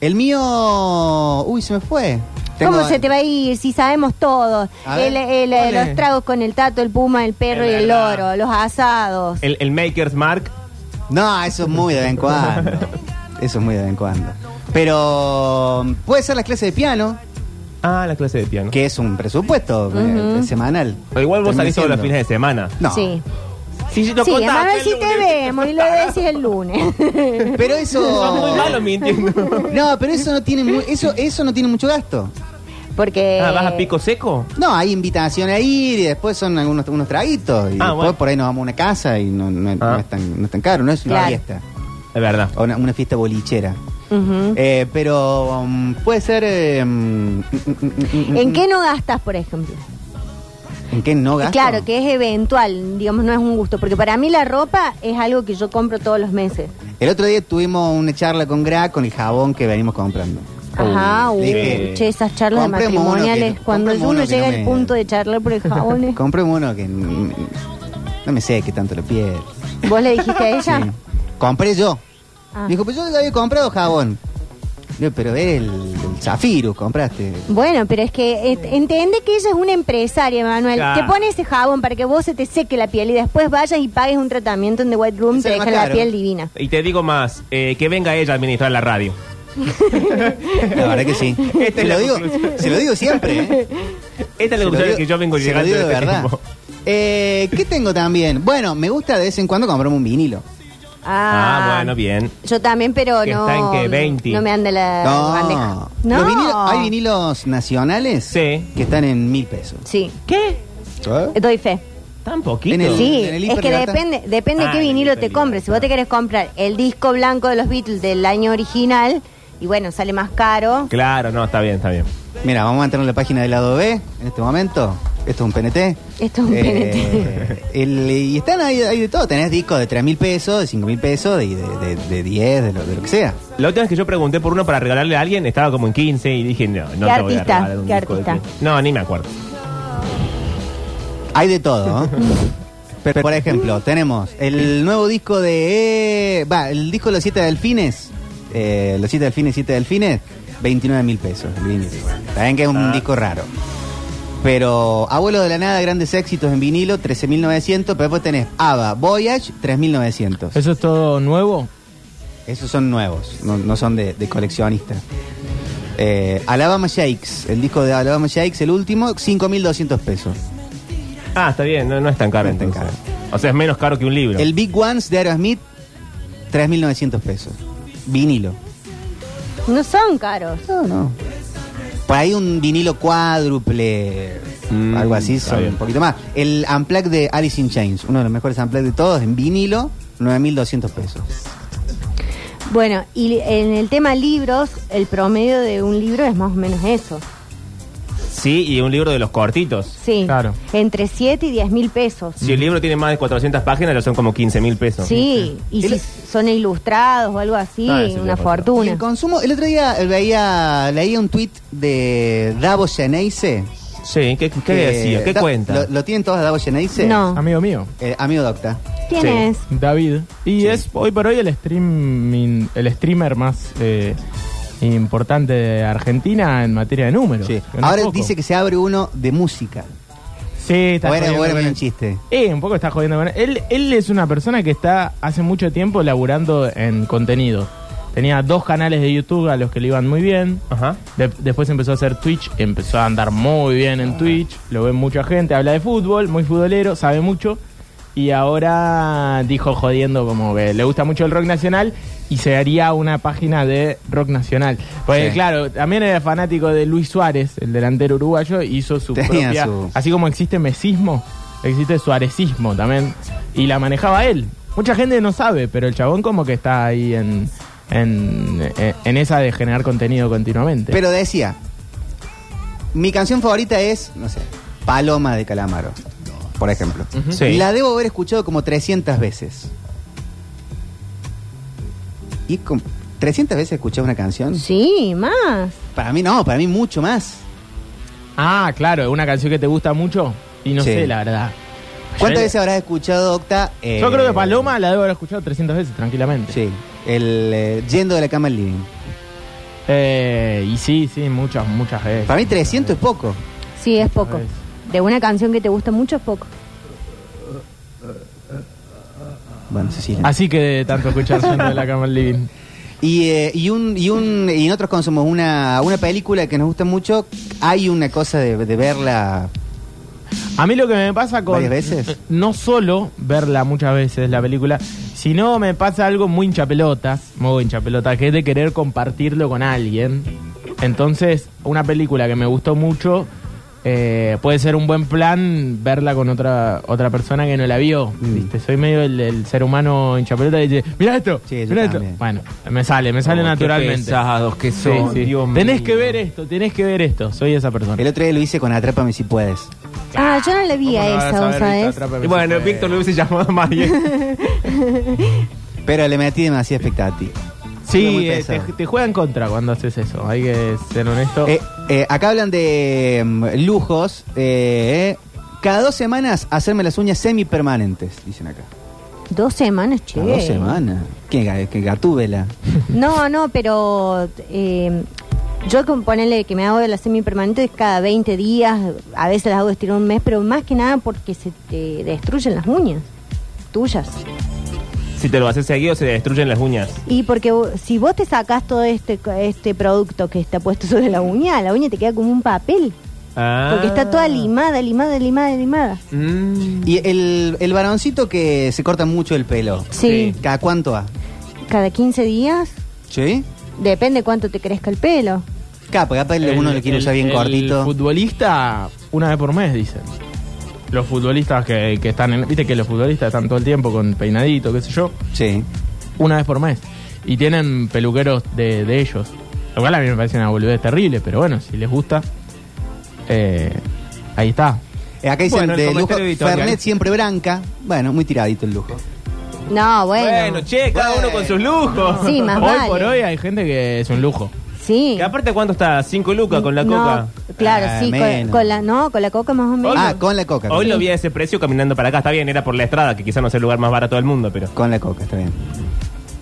[SPEAKER 1] El mío. Uy, se me fue. Tengo-
[SPEAKER 3] ¿Cómo se te va a ir si sabemos todos?
[SPEAKER 1] A ver,
[SPEAKER 3] El- el-
[SPEAKER 4] ¿cuál es?
[SPEAKER 3] los tragos con el tato, el puma, el perro
[SPEAKER 2] Es
[SPEAKER 3] y el
[SPEAKER 2] verdad.
[SPEAKER 3] loro, los asados.
[SPEAKER 2] El, el Maker's Mark.
[SPEAKER 1] No, eso es muy de vez en cuando. Eso es muy de vez en cuando. Pero mm, puede ser las clases de piano,
[SPEAKER 2] Ah, la clase de piano.
[SPEAKER 1] que es un presupuesto eh, semanal.
[SPEAKER 2] Pero igual vos
[SPEAKER 1] Termina
[SPEAKER 2] salís todas las
[SPEAKER 1] siendo.
[SPEAKER 2] fines de semana.
[SPEAKER 1] No.
[SPEAKER 3] Sí,
[SPEAKER 2] Si yo
[SPEAKER 3] sí,
[SPEAKER 2] contaste
[SPEAKER 3] Manuel,
[SPEAKER 2] el
[SPEAKER 3] sí te
[SPEAKER 2] lunes.
[SPEAKER 3] vemos y lo decís el lunes. (laughs)
[SPEAKER 1] Pero eso.
[SPEAKER 2] (laughs) Sos muy malo mintiendo.
[SPEAKER 1] No, pero eso no tiene mu- eso eso no tiene mucho gasto.
[SPEAKER 3] Porque...
[SPEAKER 2] Ah, ¿vas a pico seco?
[SPEAKER 1] No, hay invitaciones a ir y después son algunos unos traguitos. Y
[SPEAKER 2] Ah,
[SPEAKER 1] después
[SPEAKER 2] bueno.
[SPEAKER 1] por ahí nos vamos a una casa y no, no- no
[SPEAKER 2] Ah.
[SPEAKER 1] es, tan, no es tan caro, no es una
[SPEAKER 3] Claro.
[SPEAKER 1] fiesta.
[SPEAKER 2] Es verdad.
[SPEAKER 1] O una, una fiesta bolichera.
[SPEAKER 3] Ujú.
[SPEAKER 1] Eh, pero mm, puede ser. eh, mm,
[SPEAKER 3] ¿En qué no gastas, por ejemplo?
[SPEAKER 1] ¿En qué no gasto?
[SPEAKER 3] Claro, que es eventual, digamos, no es un gusto. Porque para mí la ropa es algo que yo compro todos los meses.
[SPEAKER 1] El otro día tuvimos una charla con Gra con el jabón que venimos comprando.
[SPEAKER 3] Ajá,
[SPEAKER 1] Le
[SPEAKER 3] uh,
[SPEAKER 1] dije,
[SPEAKER 3] che, esas charlas de
[SPEAKER 1] compremos uno que-
[SPEAKER 3] matrimoniales. cuando
[SPEAKER 1] compremos
[SPEAKER 3] uno,
[SPEAKER 1] uno que no
[SPEAKER 3] llega al
[SPEAKER 1] me-
[SPEAKER 3] punto de charlar
[SPEAKER 1] (laughs)
[SPEAKER 3] por el jabón, ¿eh?
[SPEAKER 1] Compremos uno que mm, no me sé qué tanto lo pierde.
[SPEAKER 3] ¿vos le dijiste a ella?
[SPEAKER 1] Sí. Compré yo.
[SPEAKER 3] Ah.
[SPEAKER 1] Dijo, pues yo ya había comprado jabón. Digo, pero es el, el Zafiro, compraste.
[SPEAKER 3] Bueno, pero es que eh, entiende que ella es una empresaria, Manuel.
[SPEAKER 2] Claro.
[SPEAKER 3] Te pone ese jabón para que vos se te seque la piel y después vayas y pagues un tratamiento en The White Room,
[SPEAKER 1] Eso
[SPEAKER 3] te
[SPEAKER 1] es más
[SPEAKER 3] dejan la
[SPEAKER 1] caro.
[SPEAKER 3] piel divina.
[SPEAKER 2] Y te digo más, eh, que venga ella a administrar la radio.
[SPEAKER 1] La verdad que sí.
[SPEAKER 2] (laughs)
[SPEAKER 1] se,
[SPEAKER 2] Esta es la
[SPEAKER 1] lo digo,
[SPEAKER 2] conclusión.
[SPEAKER 1] se lo digo siempre. ¿eh?
[SPEAKER 2] Esta es la
[SPEAKER 1] Se lo
[SPEAKER 2] conclusión a la
[SPEAKER 1] digo-
[SPEAKER 2] que yo vengo
[SPEAKER 1] se lo
[SPEAKER 2] llegando
[SPEAKER 1] digo
[SPEAKER 2] en
[SPEAKER 1] de
[SPEAKER 2] este
[SPEAKER 1] verdad.
[SPEAKER 2] tiempo.
[SPEAKER 1] Eh, ¿Qué tengo también? Bueno, me gusta de vez en cuando comprarme un vinilo.
[SPEAKER 2] Ah, bueno, bien.
[SPEAKER 3] Yo también, pero
[SPEAKER 2] Que
[SPEAKER 3] no.
[SPEAKER 2] está en que 20.
[SPEAKER 3] No me anda
[SPEAKER 2] Eh,
[SPEAKER 3] la bandeja. No.
[SPEAKER 1] Los vinilos- hay vinilos nacionales
[SPEAKER 2] Sí.
[SPEAKER 1] que están en mil pesos.
[SPEAKER 3] Sí,
[SPEAKER 2] ¿Qué?
[SPEAKER 3] doy fe.
[SPEAKER 2] ¿Tan poquito?
[SPEAKER 1] En el-
[SPEAKER 3] Sí,
[SPEAKER 1] en
[SPEAKER 3] es que
[SPEAKER 1] hiperlata?
[SPEAKER 3] depende, depende
[SPEAKER 2] Ah,
[SPEAKER 3] qué
[SPEAKER 2] en el
[SPEAKER 3] vinilo te
[SPEAKER 2] hiperlata,
[SPEAKER 3] compres. Si vos te
[SPEAKER 2] claro.
[SPEAKER 3] querés comprar el disco blanco de los Beatles del año original, y bueno, sale más caro.
[SPEAKER 2] Claro, no, está bien, está bien.
[SPEAKER 1] Mira, vamos a entrar en la página del lado B en este momento. Esto es un PNT.
[SPEAKER 3] Esto es un
[SPEAKER 1] PNT. Eh, y están ahí, ahí de todo. Tenés discos de 3 mil pesos, de 5 mil pesos, y de, de, de 10, de lo, de lo que sea.
[SPEAKER 2] La última vez que yo pregunté por uno para regalarle a alguien, estaba como en 15 y dije, no, no
[SPEAKER 3] ¿Qué
[SPEAKER 2] te voy a
[SPEAKER 3] artista?
[SPEAKER 2] regalar un
[SPEAKER 3] ¿Qué
[SPEAKER 2] disco de
[SPEAKER 3] artista?
[SPEAKER 2] Queen. No, ni me acuerdo.
[SPEAKER 1] Hay de todo. ¿no? (laughs) Pero, por ejemplo, tenemos el nuevo disco de. eh, Va, el disco de los 7 delfines. eh, los 7 delfines, 7 delfines. 29 mil pesos. el vinilo. Saben que es un disco raro. Pero Abuelo de la Nada, grandes éxitos en vinilo, 13.900. Pero después tenés ABBA, Voyage, 3.900.
[SPEAKER 4] ¿Eso es todo nuevo?
[SPEAKER 1] Esos son nuevos, no, no son de, de coleccionista. Eh, Alabama Shakes, el disco de Alabama Shakes, el último, 5.200 pesos.
[SPEAKER 2] Ah, está bien, no, no es tan caro
[SPEAKER 1] No es tan
[SPEAKER 2] entonces. O sea, es menos caro que un libro.
[SPEAKER 1] El Big Ones de Aerosmith, 3.900 pesos. Vinilo.
[SPEAKER 3] No son caros.
[SPEAKER 1] No, no. Por ahí un vinilo cuádruple,
[SPEAKER 2] Mm,
[SPEAKER 1] algo así,
[SPEAKER 2] está
[SPEAKER 1] son
[SPEAKER 2] bien.
[SPEAKER 1] un poquito más. El Unplugged de Alice in Chains, uno de los mejores Unplugged de todos, en vinilo, 9.200 pesos.
[SPEAKER 3] Bueno, y en el tema libros, el promedio de un libro es más o menos eso.
[SPEAKER 2] Sí, y un libro de los cortitos.
[SPEAKER 3] Sí.
[SPEAKER 4] Claro.
[SPEAKER 3] Entre 7 y 10 mil pesos.
[SPEAKER 2] Si el libro tiene más de 400 páginas, ya son como 15 mil pesos.
[SPEAKER 3] Sí, y si
[SPEAKER 1] El-
[SPEAKER 3] son ilustrados o algo así,
[SPEAKER 2] Ah, eso te iba a
[SPEAKER 3] una
[SPEAKER 2] contar.
[SPEAKER 1] Y
[SPEAKER 3] fortuna.
[SPEAKER 1] el consumo, el otro día eh, veía, leía un tweet de Davo Geneise.
[SPEAKER 2] Sí, ¿qué, qué
[SPEAKER 1] que-
[SPEAKER 2] decía? ¿Qué
[SPEAKER 1] Da-
[SPEAKER 2] cuenta?
[SPEAKER 1] ¿Lo, lo tienen todos a Davo Geneise?
[SPEAKER 3] No.
[SPEAKER 4] Amigo mío,
[SPEAKER 1] Eh, amigo Docta.
[SPEAKER 3] ¿Quién
[SPEAKER 2] Sí.
[SPEAKER 3] es?
[SPEAKER 4] David. Y es hoy por hoy el streaming, el streamer más eh, importante de Argentina en materia de números.
[SPEAKER 1] Sí.
[SPEAKER 4] No es
[SPEAKER 1] Ahora
[SPEAKER 4] poco.
[SPEAKER 1] dice que se abre uno de música.
[SPEAKER 4] Sí, está
[SPEAKER 1] O era-
[SPEAKER 4] jodiendo
[SPEAKER 1] o era
[SPEAKER 4] con
[SPEAKER 1] un
[SPEAKER 4] él.
[SPEAKER 1] chiste.
[SPEAKER 4] Eh, un poco está jodiendo con él. él. Él es una persona que está hace mucho tiempo laburando en contenido. Tenía dos canales de YouTube a los que le iban muy bien.
[SPEAKER 2] Ajá.
[SPEAKER 4] De- después empezó a hacer Twitch, empezó a andar muy bien en Twitch, lo ve mucha gente, habla de fútbol, muy futbolero, sabe mucho. Y ahora dijo jodiendo como que le gusta mucho el rock nacional y se haría una página de rock nacional. Pues
[SPEAKER 1] Sí.
[SPEAKER 4] claro, también era fanático de Luis Suárez, el delantero uruguayo, hizo su
[SPEAKER 1] Tenía
[SPEAKER 4] propia...
[SPEAKER 1] su-
[SPEAKER 4] Así como existe mesismo, existe suarecismo también. Y la manejaba él. Mucha gente no sabe, pero el chabón como que está ahí en... En, eh, en esa de generar contenido continuamente.
[SPEAKER 1] Pero decía, mi canción favorita es, no sé, Paloma de Calamaro, por ejemplo.
[SPEAKER 2] Sí.
[SPEAKER 1] La debo haber escuchado como 300 veces. ¿Y con 300 veces escuché una canción?
[SPEAKER 3] Sí, más.
[SPEAKER 1] Para mí no, para mí mucho más.
[SPEAKER 4] Ah, claro, una canción que te gusta mucho y no
[SPEAKER 1] Sí.
[SPEAKER 4] sé, la verdad.
[SPEAKER 1] ¿Cuántas
[SPEAKER 4] Yo-
[SPEAKER 1] veces habrás escuchado, Octa? eh,
[SPEAKER 4] Yo creo que Paloma la debo haber escuchado 300 veces, tranquilamente.
[SPEAKER 1] Sí, el eh, Yendo de la cama al living.
[SPEAKER 4] Eh, y sí, sí, muchas, muchas veces.
[SPEAKER 1] Para mí 300 es poco.
[SPEAKER 3] Sí, es poco. De una canción que te gusta mucho es poco.
[SPEAKER 1] Bueno, sí, sí.
[SPEAKER 4] Así que de
[SPEAKER 1] (laughs)
[SPEAKER 4] tanto escuchar Yendo de la cama al living.
[SPEAKER 1] Y, eh, y, un, y, un, y nosotros consumimos una, una película que nos gusta mucho. Hay una cosa de, de verla.
[SPEAKER 4] A mí lo que me pasa con...
[SPEAKER 1] ¿Varias veces?
[SPEAKER 4] No solo verla muchas veces, la película, sino me pasa algo muy hinchapelotas, muy hinchapelotas, que es de querer compartirlo con alguien. Entonces, una película que me gustó mucho, eh, puede ser un buen plan verla con otra otra persona que no la vio.
[SPEAKER 1] Mm.
[SPEAKER 4] ¿viste? Soy medio el, el ser humano hinchapelota que dice, mira esto,
[SPEAKER 1] Sí, yo
[SPEAKER 4] mirá esto.
[SPEAKER 1] también. Oh,
[SPEAKER 4] Bueno, me sale, me sale
[SPEAKER 2] Oh, qué
[SPEAKER 4] naturalmente.
[SPEAKER 2] pesados que
[SPEAKER 4] Sí,
[SPEAKER 2] son,
[SPEAKER 4] sí.
[SPEAKER 2] Dios
[SPEAKER 4] Tenés
[SPEAKER 2] mío.
[SPEAKER 4] que ver esto, tenés que ver esto. Soy esa persona.
[SPEAKER 1] El otro día lo hice con Atrápame si puedes.
[SPEAKER 3] Ah, yo no la vi
[SPEAKER 4] ¿Cómo
[SPEAKER 3] a
[SPEAKER 4] no vas
[SPEAKER 3] esa,
[SPEAKER 4] a
[SPEAKER 3] ¿vos
[SPEAKER 4] ver,
[SPEAKER 3] sabés?
[SPEAKER 4] Víctor? Atrápame
[SPEAKER 2] Y
[SPEAKER 4] si
[SPEAKER 2] bueno,
[SPEAKER 4] puedes.
[SPEAKER 2] Víctor lo hubiese llamado Mario.
[SPEAKER 1] Pero le metí demasiada expectativa. Era
[SPEAKER 4] Sí,
[SPEAKER 1] muy
[SPEAKER 4] eh, te,
[SPEAKER 1] pesado.
[SPEAKER 4] te juega en contra cuando haces eso. Hay que ser honesto.
[SPEAKER 1] Eh, eh, acá hablan de mm, lujos. eh, cada dos semanas hacerme las uñas semipermanentes, dicen acá.
[SPEAKER 3] Dos semanas, che.
[SPEAKER 1] Cada dos semanas. ¿Qué, ga- qué gatúbela?
[SPEAKER 3] No, no, pero eh, yo con ponerle que me hago de las semipermanentes cada 20 días, a veces las hago estirar un mes, pero más que nada porque se te destruyen las uñas tuyas.
[SPEAKER 2] si te lo haces seguido, se destruyen las uñas.
[SPEAKER 3] Y porque vo- si vos te sacás todo este, co- este producto que está puesto (laughs) sobre la uña, la uña te queda como un papel,
[SPEAKER 2] Ah.
[SPEAKER 3] porque está toda limada, limada, limada, limada.
[SPEAKER 2] Mm.
[SPEAKER 1] Y el, el varoncito que se corta mucho el pelo.
[SPEAKER 3] Sí.
[SPEAKER 1] ¿Cada cuánto va?
[SPEAKER 3] Cada 15 días,
[SPEAKER 1] ¿Sí?
[SPEAKER 3] depende cuánto te crezca el pelo.
[SPEAKER 1] Capa, capaz
[SPEAKER 4] El-
[SPEAKER 1] uno lo quiere
[SPEAKER 4] el-
[SPEAKER 1] usar bien
[SPEAKER 4] el
[SPEAKER 1] cortito.
[SPEAKER 4] futbolista, una vez por mes, dicen. Los futbolistas que, que están en. Viste que los futbolistas están todo el tiempo con peinadito, qué sé yo.
[SPEAKER 1] Sí.
[SPEAKER 4] Una vez por mes. Y tienen peluqueros de, de ellos. Lo cual a mí me parece una boludez terrible, pero bueno, si les gusta. eh, ahí está.
[SPEAKER 1] Eh, Acá dicen
[SPEAKER 2] Bueno, el
[SPEAKER 1] de lujo,
[SPEAKER 2] comentario editorial.
[SPEAKER 1] Fernet siempre branca. Bueno, muy tiradito el lujo.
[SPEAKER 3] No, bueno.
[SPEAKER 2] Bueno, che, cada uno con sus lujos.
[SPEAKER 3] Sí, más
[SPEAKER 4] hoy
[SPEAKER 3] vale.
[SPEAKER 4] por hoy hay gente que es un lujo.
[SPEAKER 3] Sí.
[SPEAKER 2] Que aparte, ¿cuánto está? ¿Cinco lucas con la
[SPEAKER 3] No,
[SPEAKER 2] coca?
[SPEAKER 3] Claro,
[SPEAKER 1] Ah,
[SPEAKER 3] sí, con,
[SPEAKER 1] menos.
[SPEAKER 3] con la no, con la coca más o menos.
[SPEAKER 1] Ah, con la coca.
[SPEAKER 2] Hoy
[SPEAKER 1] con
[SPEAKER 2] lo
[SPEAKER 1] la-
[SPEAKER 2] vi a ese precio caminando para acá. Está bien, era por la estrada, que quizá no es el lugar más barato del mundo, pero.
[SPEAKER 1] Con la coca, está bien.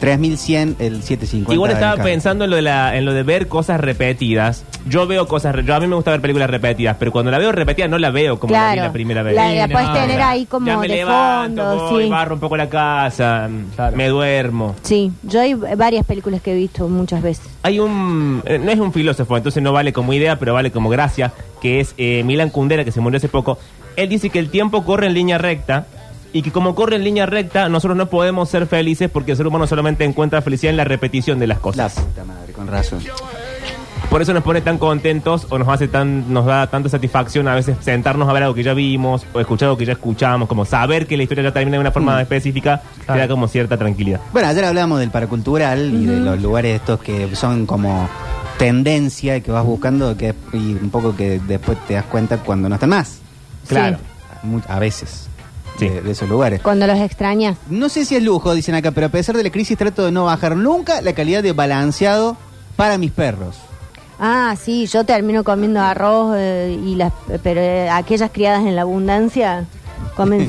[SPEAKER 1] 3100 el 750.
[SPEAKER 2] Igual estaba
[SPEAKER 1] acá.
[SPEAKER 2] pensando en lo, de la- en lo de ver cosas repetidas. Yo veo cosas. re- Yo, a mí me gusta ver películas repetidas, pero cuando la veo repetida no la veo como la vi la primera vez. Ah,
[SPEAKER 3] La, la
[SPEAKER 4] Sí,
[SPEAKER 3] puedes
[SPEAKER 4] no,
[SPEAKER 3] tener
[SPEAKER 4] ya-
[SPEAKER 3] ahí como
[SPEAKER 2] ya me
[SPEAKER 3] de
[SPEAKER 2] levanto,
[SPEAKER 3] fondo,
[SPEAKER 2] voy,
[SPEAKER 3] sí.
[SPEAKER 2] barro un poco la casa, mm,
[SPEAKER 4] Claro.
[SPEAKER 2] me duermo.
[SPEAKER 3] Sí, yo hay varias películas que he visto muchas veces.
[SPEAKER 2] Hay un. eh, No es un filósofo, entonces no vale como idea, pero vale como gracia, que es eh, Milan Kundera, que se murió hace poco. Él dice que el tiempo corre en línea recta y que como corre en línea recta, nosotros no podemos ser felices porque el ser humano solamente encuentra felicidad en la repetición de las
[SPEAKER 1] La
[SPEAKER 2] cosas.
[SPEAKER 1] puta madre, con razón.
[SPEAKER 2] Por eso nos pone tan contentos o nos hace tan, nos da tanta satisfacción a veces sentarnos a ver algo que ya vimos o escuchar algo que ya escuchamos, como saber que la historia ya termina de una forma específica, te da como cierta tranquilidad.
[SPEAKER 1] Bueno, ayer hablamos del paracultural y de los lugares estos que son como tendencia y que vas buscando que, y un poco que después te das cuenta cuando no están más.
[SPEAKER 2] Claro.
[SPEAKER 1] Mu- A veces.
[SPEAKER 2] Sí.
[SPEAKER 1] De, de esos lugares.
[SPEAKER 3] Cuando los extrañas.
[SPEAKER 1] No sé si es lujo, dicen acá, pero a pesar de la crisis trato de no bajar nunca la calidad de balanceado para mis perros.
[SPEAKER 3] Ah, sí, yo termino comiendo arroz eh, y las pero eh, aquellas criadas en la abundancia Comen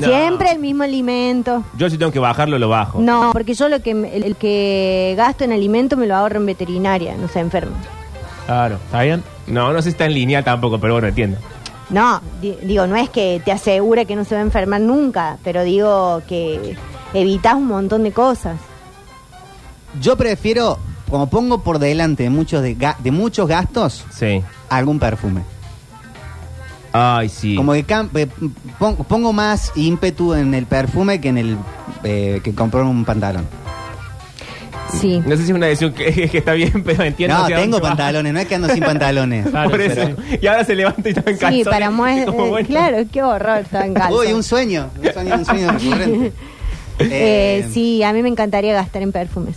[SPEAKER 2] (laughs) No.
[SPEAKER 3] siempre el mismo alimento.
[SPEAKER 2] Yo si tengo que bajarlo, lo bajo.
[SPEAKER 3] No, porque yo lo que el, el que gasto en alimento me lo ahorro en veterinaria, no se enferma.
[SPEAKER 4] Claro, ¿está bien?
[SPEAKER 2] No, no sé si está en línea tampoco, pero bueno, entiendo.
[SPEAKER 3] No, di- digo, no es que te asegura que no se va a enfermar nunca, pero digo que evitas un montón de cosas.
[SPEAKER 1] Yo prefiero, como pongo por delante de muchos, de, ga- de muchos gastos,
[SPEAKER 2] Sí.
[SPEAKER 1] algún perfume.
[SPEAKER 2] Ay, sí.
[SPEAKER 1] Como que cam- eh, pon- pongo, más ímpetu en el perfume que en el eh, que comprar un pantalón.
[SPEAKER 3] Sí.
[SPEAKER 2] No sé si es una decisión que, que está bien, (laughs) pero entiendo.
[SPEAKER 1] no,
[SPEAKER 2] hacia dónde
[SPEAKER 1] tengo
[SPEAKER 2] va.
[SPEAKER 1] pantalones, no es que ando (laughs) sin pantalones.
[SPEAKER 4] Claro,
[SPEAKER 2] Por eso. Y ahora se levanta y está en
[SPEAKER 3] Sí,
[SPEAKER 2] calzones. (laughs)
[SPEAKER 3] para mues-
[SPEAKER 2] Como,
[SPEAKER 3] eh,
[SPEAKER 2] bueno.
[SPEAKER 3] Claro, qué horror estaba en calzón.
[SPEAKER 1] Uy, un sueño, un sueño, un sueño
[SPEAKER 3] (laughs)
[SPEAKER 1] recurrente.
[SPEAKER 3] Eh,
[SPEAKER 1] Eh,
[SPEAKER 3] sí, a mí me encantaría gastar en perfumes.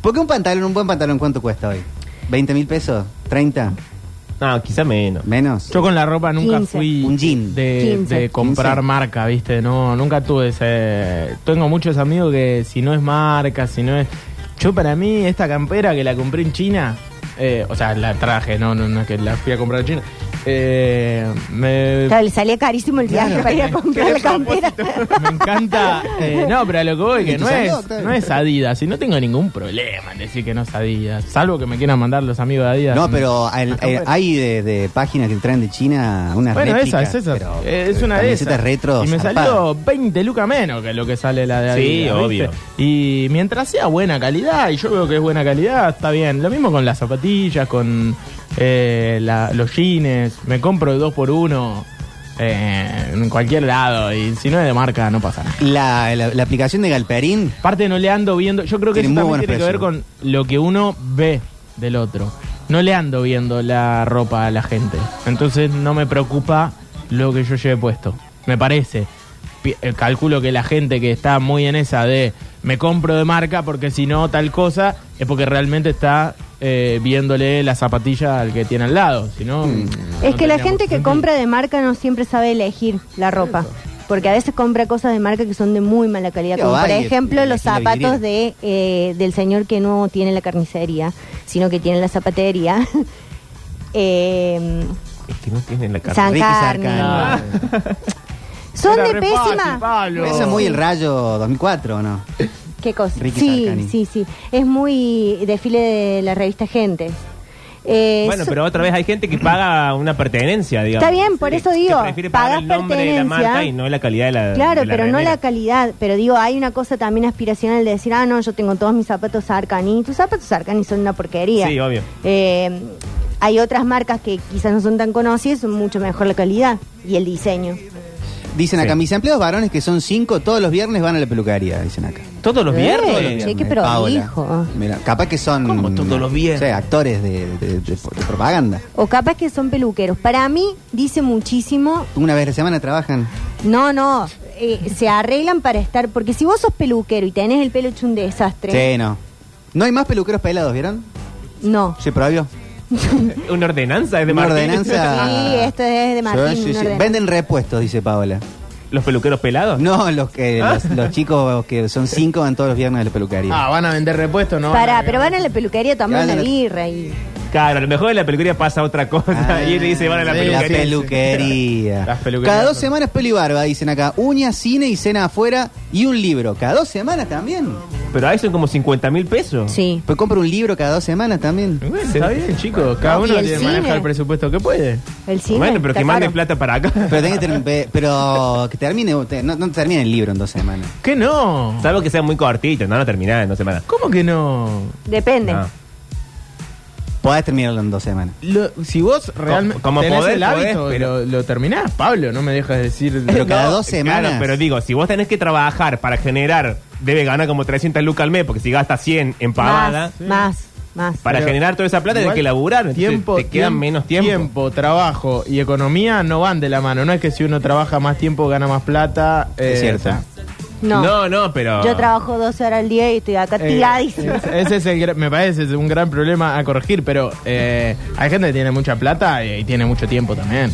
[SPEAKER 1] ¿Por qué un pantalón, un buen pantalón, cuánto cuesta hoy? ¿20 mil pesos? ¿30?
[SPEAKER 2] No, quizá menos.
[SPEAKER 1] ¿Menos?
[SPEAKER 4] Yo con la ropa nunca
[SPEAKER 3] 15.
[SPEAKER 4] fui
[SPEAKER 1] Un jean.
[SPEAKER 4] de,
[SPEAKER 3] 15.
[SPEAKER 4] de comprar
[SPEAKER 1] 15.
[SPEAKER 4] marca, ¿viste? No, nunca tuve ese... Tengo muchos amigos que si no es marca, si no es... Yo para mí, esta campera que la compré en China, eh, o sea, la traje, no, no, no es que la fui a comprar en China, eh,
[SPEAKER 3] (laughs)
[SPEAKER 4] me,
[SPEAKER 3] Claro, le salía carísimo el viaje para ir a comprar la campera.
[SPEAKER 4] me encanta... eh, no, pero a lo que voy,
[SPEAKER 1] ¿Y
[SPEAKER 4] que
[SPEAKER 1] tu
[SPEAKER 4] no
[SPEAKER 1] saludo?
[SPEAKER 4] es, no es Adidas, y no tengo ningún problema en decir que no es Adidas, salvo que me quieran mandar los amigos de Adidas.
[SPEAKER 1] No, pero al- eh, hay de, de páginas que traen de China unas
[SPEAKER 4] Bueno, esa,
[SPEAKER 1] réplicas,
[SPEAKER 4] es esa.
[SPEAKER 1] pero-
[SPEAKER 4] Eh, es
[SPEAKER 1] pero
[SPEAKER 4] una de
[SPEAKER 1] camisetas
[SPEAKER 4] esas.
[SPEAKER 1] retro.
[SPEAKER 4] y me
[SPEAKER 1] zarpadas.
[SPEAKER 4] salió 20 lucas menos que lo que sale la de
[SPEAKER 2] Sí,
[SPEAKER 4] Adidas, ¿viste?
[SPEAKER 2] obvio.
[SPEAKER 4] Y mientras sea buena calidad, y yo veo que es buena calidad, está bien. Lo mismo con las zapatillas, con eh, la- los jeans. Me compro de dos por uno eh, en cualquier lado. Y si no es de marca, no pasa nada.
[SPEAKER 1] La, la- la aplicación de Galperín.
[SPEAKER 4] Aparte no le ando viendo, yo creo que
[SPEAKER 1] Tiene
[SPEAKER 4] eso
[SPEAKER 1] muy buen
[SPEAKER 4] también tiene que ver
[SPEAKER 1] precio.
[SPEAKER 4] con lo que uno ve del otro. No le ando viendo la ropa a la gente. Entonces no me preocupa lo que yo lleve puesto. Me parece. Pi- eh, Calculo que la gente que está muy en esa de me compro de marca porque si no tal cosa es porque realmente está eh, viéndole la zapatilla al que tiene al lado. Si no, no
[SPEAKER 3] Es que
[SPEAKER 4] tendría
[SPEAKER 3] la
[SPEAKER 4] mucho
[SPEAKER 3] gente que
[SPEAKER 4] sentido.
[SPEAKER 3] compra de marca no siempre sabe elegir la ropa. Porque a veces compra cosas de marca que son de muy mala calidad.
[SPEAKER 1] Yo,
[SPEAKER 3] Como por
[SPEAKER 1] ay,
[SPEAKER 3] ejemplo
[SPEAKER 1] elegí
[SPEAKER 3] los
[SPEAKER 1] la
[SPEAKER 3] zapatos de, eh, del señor que no tiene la carnicería, sino que tiene la zapatería. (laughs) eh,
[SPEAKER 2] Es que Este no tienen la cara.
[SPEAKER 3] San
[SPEAKER 1] Ricky
[SPEAKER 3] Carni.
[SPEAKER 4] Ah,
[SPEAKER 1] Sarcarni.
[SPEAKER 3] Son
[SPEAKER 4] Era
[SPEAKER 3] de
[SPEAKER 4] re fácil,
[SPEAKER 3] pésima.
[SPEAKER 4] Pablo.
[SPEAKER 1] Eso es muy el rayo 2004, ¿o no?
[SPEAKER 3] ¿Qué cosa?
[SPEAKER 1] Ricky
[SPEAKER 3] sí,
[SPEAKER 1] Sarcani.
[SPEAKER 3] sí, sí. Es muy desfile de la revista Gente. Eh,
[SPEAKER 2] Bueno,
[SPEAKER 3] so-
[SPEAKER 2] pero otra vez hay gente que paga una pertenencia, digamos.
[SPEAKER 3] Está bien, por
[SPEAKER 2] Sí,
[SPEAKER 3] eso
[SPEAKER 2] que
[SPEAKER 3] digo,
[SPEAKER 2] prefiere pagar
[SPEAKER 3] pagás
[SPEAKER 2] el nombre de la marca
[SPEAKER 3] pertenencia.
[SPEAKER 2] y no la calidad de la.
[SPEAKER 3] Claro,
[SPEAKER 2] de la
[SPEAKER 3] pero no
[SPEAKER 2] remera.
[SPEAKER 3] la calidad. Pero digo, hay una cosa también aspiracional de decir, ah, no, yo tengo todos mis zapatos Arcani. Tus zapatos Arcani son una porquería.
[SPEAKER 2] Sí, obvio.
[SPEAKER 3] Eh, hay otras marcas que quizás no son tan conocidas, son mucho mejor la calidad y el diseño.
[SPEAKER 1] Dicen acá,
[SPEAKER 2] Sí.
[SPEAKER 1] mis empleados varones que son cinco, todos los viernes van a la peluquería, dicen acá.
[SPEAKER 2] Todos los
[SPEAKER 4] Ah,
[SPEAKER 3] Eh,
[SPEAKER 2] viernes.
[SPEAKER 3] che, qué prolijo.
[SPEAKER 1] Mira, capaz que son.
[SPEAKER 2] ¿Cómo todos los viernes?
[SPEAKER 1] o sea, actores de, de- de- de propaganda.
[SPEAKER 3] O capaz que son peluqueros. Para mí, dice muchísimo
[SPEAKER 1] Una vez a la semana trabajan.
[SPEAKER 3] No, no. eh, se arreglan para estar. Porque si vos sos peluquero y tenés el pelo hecho un desastre.
[SPEAKER 1] Sí, no. No hay más peluqueros pelados, ¿vieron?
[SPEAKER 3] No.
[SPEAKER 1] Se prohibió.
[SPEAKER 2] Una ordenanza es de
[SPEAKER 1] Una
[SPEAKER 2] Martín.
[SPEAKER 1] ordenanza.
[SPEAKER 3] (laughs) Sí, esto es de Martín,
[SPEAKER 1] Sí, sí,
[SPEAKER 3] una
[SPEAKER 1] sí.
[SPEAKER 3] ordenanza.
[SPEAKER 1] Venden repuestos, dice Paola.
[SPEAKER 2] ¿Los peluqueros pelados?
[SPEAKER 1] No, los
[SPEAKER 2] (laughs)
[SPEAKER 1] que
[SPEAKER 2] Ah.
[SPEAKER 1] los, los chicos que son cinco van todos los viernes a la peluquería.
[SPEAKER 4] Ah, van a vender repuestos, ¿no?
[SPEAKER 3] Pará,
[SPEAKER 4] Van a-
[SPEAKER 3] pero van a la peluquería a tomar
[SPEAKER 1] Van a
[SPEAKER 3] una
[SPEAKER 1] la-
[SPEAKER 3] birra y.
[SPEAKER 2] Claro, a lo mejor en la peluquería pasa otra (laughs) cosa.
[SPEAKER 1] Ah,
[SPEAKER 2] y él le dice, van a la
[SPEAKER 4] sí,
[SPEAKER 1] La
[SPEAKER 2] peluquería. (laughs)
[SPEAKER 1] peluquería.
[SPEAKER 4] Las peluquerías
[SPEAKER 1] Cada dos
[SPEAKER 4] son-
[SPEAKER 1] semanas peli barba, dicen acá. Uñas, cine y cena afuera y un libro. Cada dos semanas también.
[SPEAKER 2] Pero ahí son como 50 mil pesos.
[SPEAKER 3] Sí.
[SPEAKER 1] Pues compra un libro cada dos semanas también.
[SPEAKER 4] Bueno, está bien, chicos. Cada
[SPEAKER 3] No, y
[SPEAKER 4] uno
[SPEAKER 3] el
[SPEAKER 4] tiene que
[SPEAKER 3] cine.
[SPEAKER 4] manejar el presupuesto que puede.
[SPEAKER 3] El cine.
[SPEAKER 2] bueno, pero
[SPEAKER 3] está
[SPEAKER 2] que manden
[SPEAKER 3] caro.
[SPEAKER 2] plata para acá.
[SPEAKER 1] Pero, tenés que term- pe- pero que termine, te- no, no termine el libro en dos semanas.
[SPEAKER 4] ¿Qué no?
[SPEAKER 2] (laughs) Salvo que sea muy cortito, no, no terminás en dos semanas.
[SPEAKER 4] ¿Cómo que no?
[SPEAKER 3] Depende.
[SPEAKER 2] No.
[SPEAKER 1] Podés terminarlo en dos semanas.
[SPEAKER 4] Lo- si vos realmente
[SPEAKER 2] como
[SPEAKER 4] tenés
[SPEAKER 2] podés,
[SPEAKER 4] el hábito,
[SPEAKER 2] podés, pero-
[SPEAKER 4] lo, lo terminás, Pablo. No me dejas decir...
[SPEAKER 1] Pero
[SPEAKER 4] No,
[SPEAKER 1] cada dos
[SPEAKER 2] Claro,
[SPEAKER 1] semanas.
[SPEAKER 2] pero digo, si vos tenés que trabajar para generar, debe ganar como 300 lucas al mes, porque si gastas 100 en pavada,
[SPEAKER 3] Más, más, más.
[SPEAKER 2] para
[SPEAKER 4] Pero
[SPEAKER 2] generar toda esa plata tenés
[SPEAKER 4] igual
[SPEAKER 2] que laburar. entonces
[SPEAKER 4] Tiempo,
[SPEAKER 2] te quedan
[SPEAKER 4] tiemp-
[SPEAKER 2] menos tiempo.
[SPEAKER 4] trabajo y economía no van de la mano. No es que si uno trabaja más tiempo gana más plata. eh,
[SPEAKER 2] Eh,
[SPEAKER 1] Es cierto.
[SPEAKER 3] No.
[SPEAKER 2] no, no, pero.
[SPEAKER 3] Yo trabajo 12 horas al día y estoy acá
[SPEAKER 4] Eh,
[SPEAKER 3] tiradísima.
[SPEAKER 4] es- ese es el, gra- me parece es un gran problema a corregir, pero eh, hay gente que tiene mucha plata y, y tiene mucho tiempo también.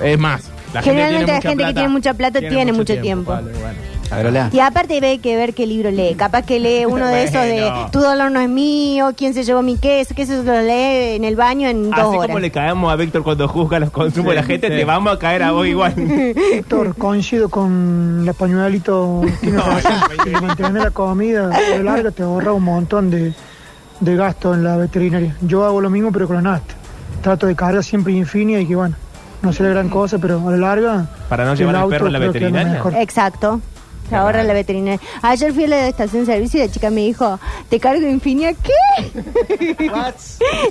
[SPEAKER 4] Es más, la gente
[SPEAKER 3] Generalmente
[SPEAKER 4] tiene
[SPEAKER 3] la
[SPEAKER 4] mucha
[SPEAKER 3] gente que
[SPEAKER 4] plata,
[SPEAKER 3] tiene mucha plata tiene mucho tiempo.
[SPEAKER 4] Vale, bueno.
[SPEAKER 1] Carola.
[SPEAKER 3] Y aparte ve que ver qué libro lee. Capaz que lee uno de esos de
[SPEAKER 2] Bueno.
[SPEAKER 3] Tu dolor no es mío, quién se llevó mi queso, que eso lo lee en el baño en dos
[SPEAKER 2] Así
[SPEAKER 3] horas.
[SPEAKER 2] como le caemos a Víctor cuando juzga los consumos de la gente, te vamos a caer a vos igual.
[SPEAKER 3] (laughs)
[SPEAKER 6] Héctor, coincido con los pañuelitos que no, de mantener la comida de larga te ahorra un montón de, de gasto en la veterinaria. Yo hago lo mismo pero con la NAST. Trato de cargar siempre infinia y que bueno, no sea gran cosa, pero a la larga...
[SPEAKER 2] Para no
[SPEAKER 6] el
[SPEAKER 2] llevar al
[SPEAKER 6] auto
[SPEAKER 2] perro a la
[SPEAKER 6] creo que anda
[SPEAKER 2] veterinaria.
[SPEAKER 6] mejor.
[SPEAKER 3] Exacto. Se ahorra la veterinaria. Ayer fui a la estación de servicio y la chica me dijo, te cargo infinia, ¿qué? (laughs)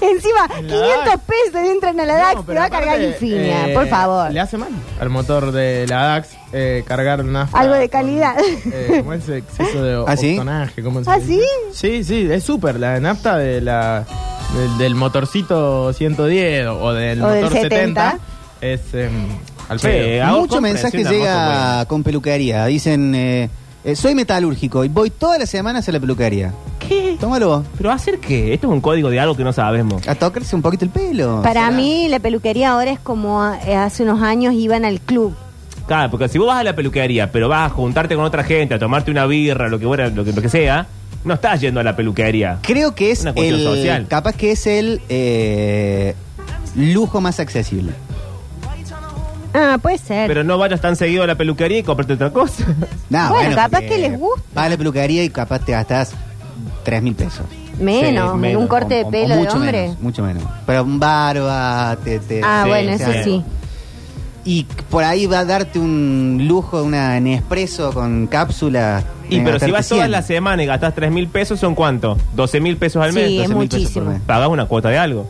[SPEAKER 3] Encima, 500 pesos entran a la DAX, te va a cargar infinia,
[SPEAKER 2] eh,
[SPEAKER 3] por favor.
[SPEAKER 4] eh, Le hace mal al motor de la DAX eh, cargar nafta.
[SPEAKER 3] Algo de
[SPEAKER 4] con,
[SPEAKER 3] calidad.
[SPEAKER 4] eh, ¿Cómo es exceso de
[SPEAKER 1] (laughs) ¿Ah, sí?
[SPEAKER 4] octonaje? ¿cómo se
[SPEAKER 3] ¿Ah,
[SPEAKER 4] dice? Sí, sí, es súper. La nafta de la, del, del motorcito 110 o del
[SPEAKER 3] O del
[SPEAKER 4] motor 70.
[SPEAKER 3] 70.
[SPEAKER 4] es em, al
[SPEAKER 2] Che,
[SPEAKER 4] pedo.
[SPEAKER 2] hago
[SPEAKER 1] Mucho
[SPEAKER 2] compras,
[SPEAKER 1] mensaje
[SPEAKER 2] una moto,
[SPEAKER 1] llega con peluquería. Dicen, eh, eh, soy metalúrgico y voy todas las semanas a la peluquería.
[SPEAKER 2] ¿Qué?
[SPEAKER 1] Tómalo vos.
[SPEAKER 2] ¿Pero hacer qué? Esto es un código de algo que no sabemos.
[SPEAKER 1] A tocarse un poquito el pelo. O
[SPEAKER 3] Para
[SPEAKER 1] sea,
[SPEAKER 3] mí la peluquería ahora es como eh, hace unos años iban al club.
[SPEAKER 2] Claro, porque si vos vas a la peluquería, pero vas a juntarte con otra gente, a tomarte una birra, lo que, fuera, lo que, lo que sea, no estás yendo a la peluquería.
[SPEAKER 1] Creo que es
[SPEAKER 2] Una cuestión
[SPEAKER 1] el.
[SPEAKER 2] social.
[SPEAKER 1] Capaz que es el eh, lujo más accesible.
[SPEAKER 3] Ah, puede ser.
[SPEAKER 2] Pero no vayas tan seguido a la peluquería y comprarte otra
[SPEAKER 4] (laughs)
[SPEAKER 2] cosa.
[SPEAKER 1] Nah,
[SPEAKER 3] Bueno, capaz
[SPEAKER 1] porque
[SPEAKER 3] que les gusta.
[SPEAKER 1] Vas a la peluquería y capaz te gastas 3 mil pesos.
[SPEAKER 3] menos,
[SPEAKER 2] sí, menos,
[SPEAKER 3] un corte
[SPEAKER 1] O-
[SPEAKER 3] de
[SPEAKER 1] o- o
[SPEAKER 3] pelo de
[SPEAKER 1] mucho
[SPEAKER 3] hombre.
[SPEAKER 1] Menos, mucho menos. Pero un barba, te. te-
[SPEAKER 3] Ah,
[SPEAKER 2] Sí,
[SPEAKER 3] bueno,
[SPEAKER 1] o
[SPEAKER 3] eso
[SPEAKER 1] sea,
[SPEAKER 3] sí.
[SPEAKER 1] Y por ahí va a darte un lujo, una Nespresso con cápsula.
[SPEAKER 2] Y pero si vas todas
[SPEAKER 1] todas
[SPEAKER 2] las semanas y gastas 3 mil pesos, ¿son cuánto? ¿12 mil pesos al mes?
[SPEAKER 3] Sí, es
[SPEAKER 1] 12.000 pesos por
[SPEAKER 3] muchísimo.
[SPEAKER 1] mes.
[SPEAKER 2] Pagás una cuota de algo.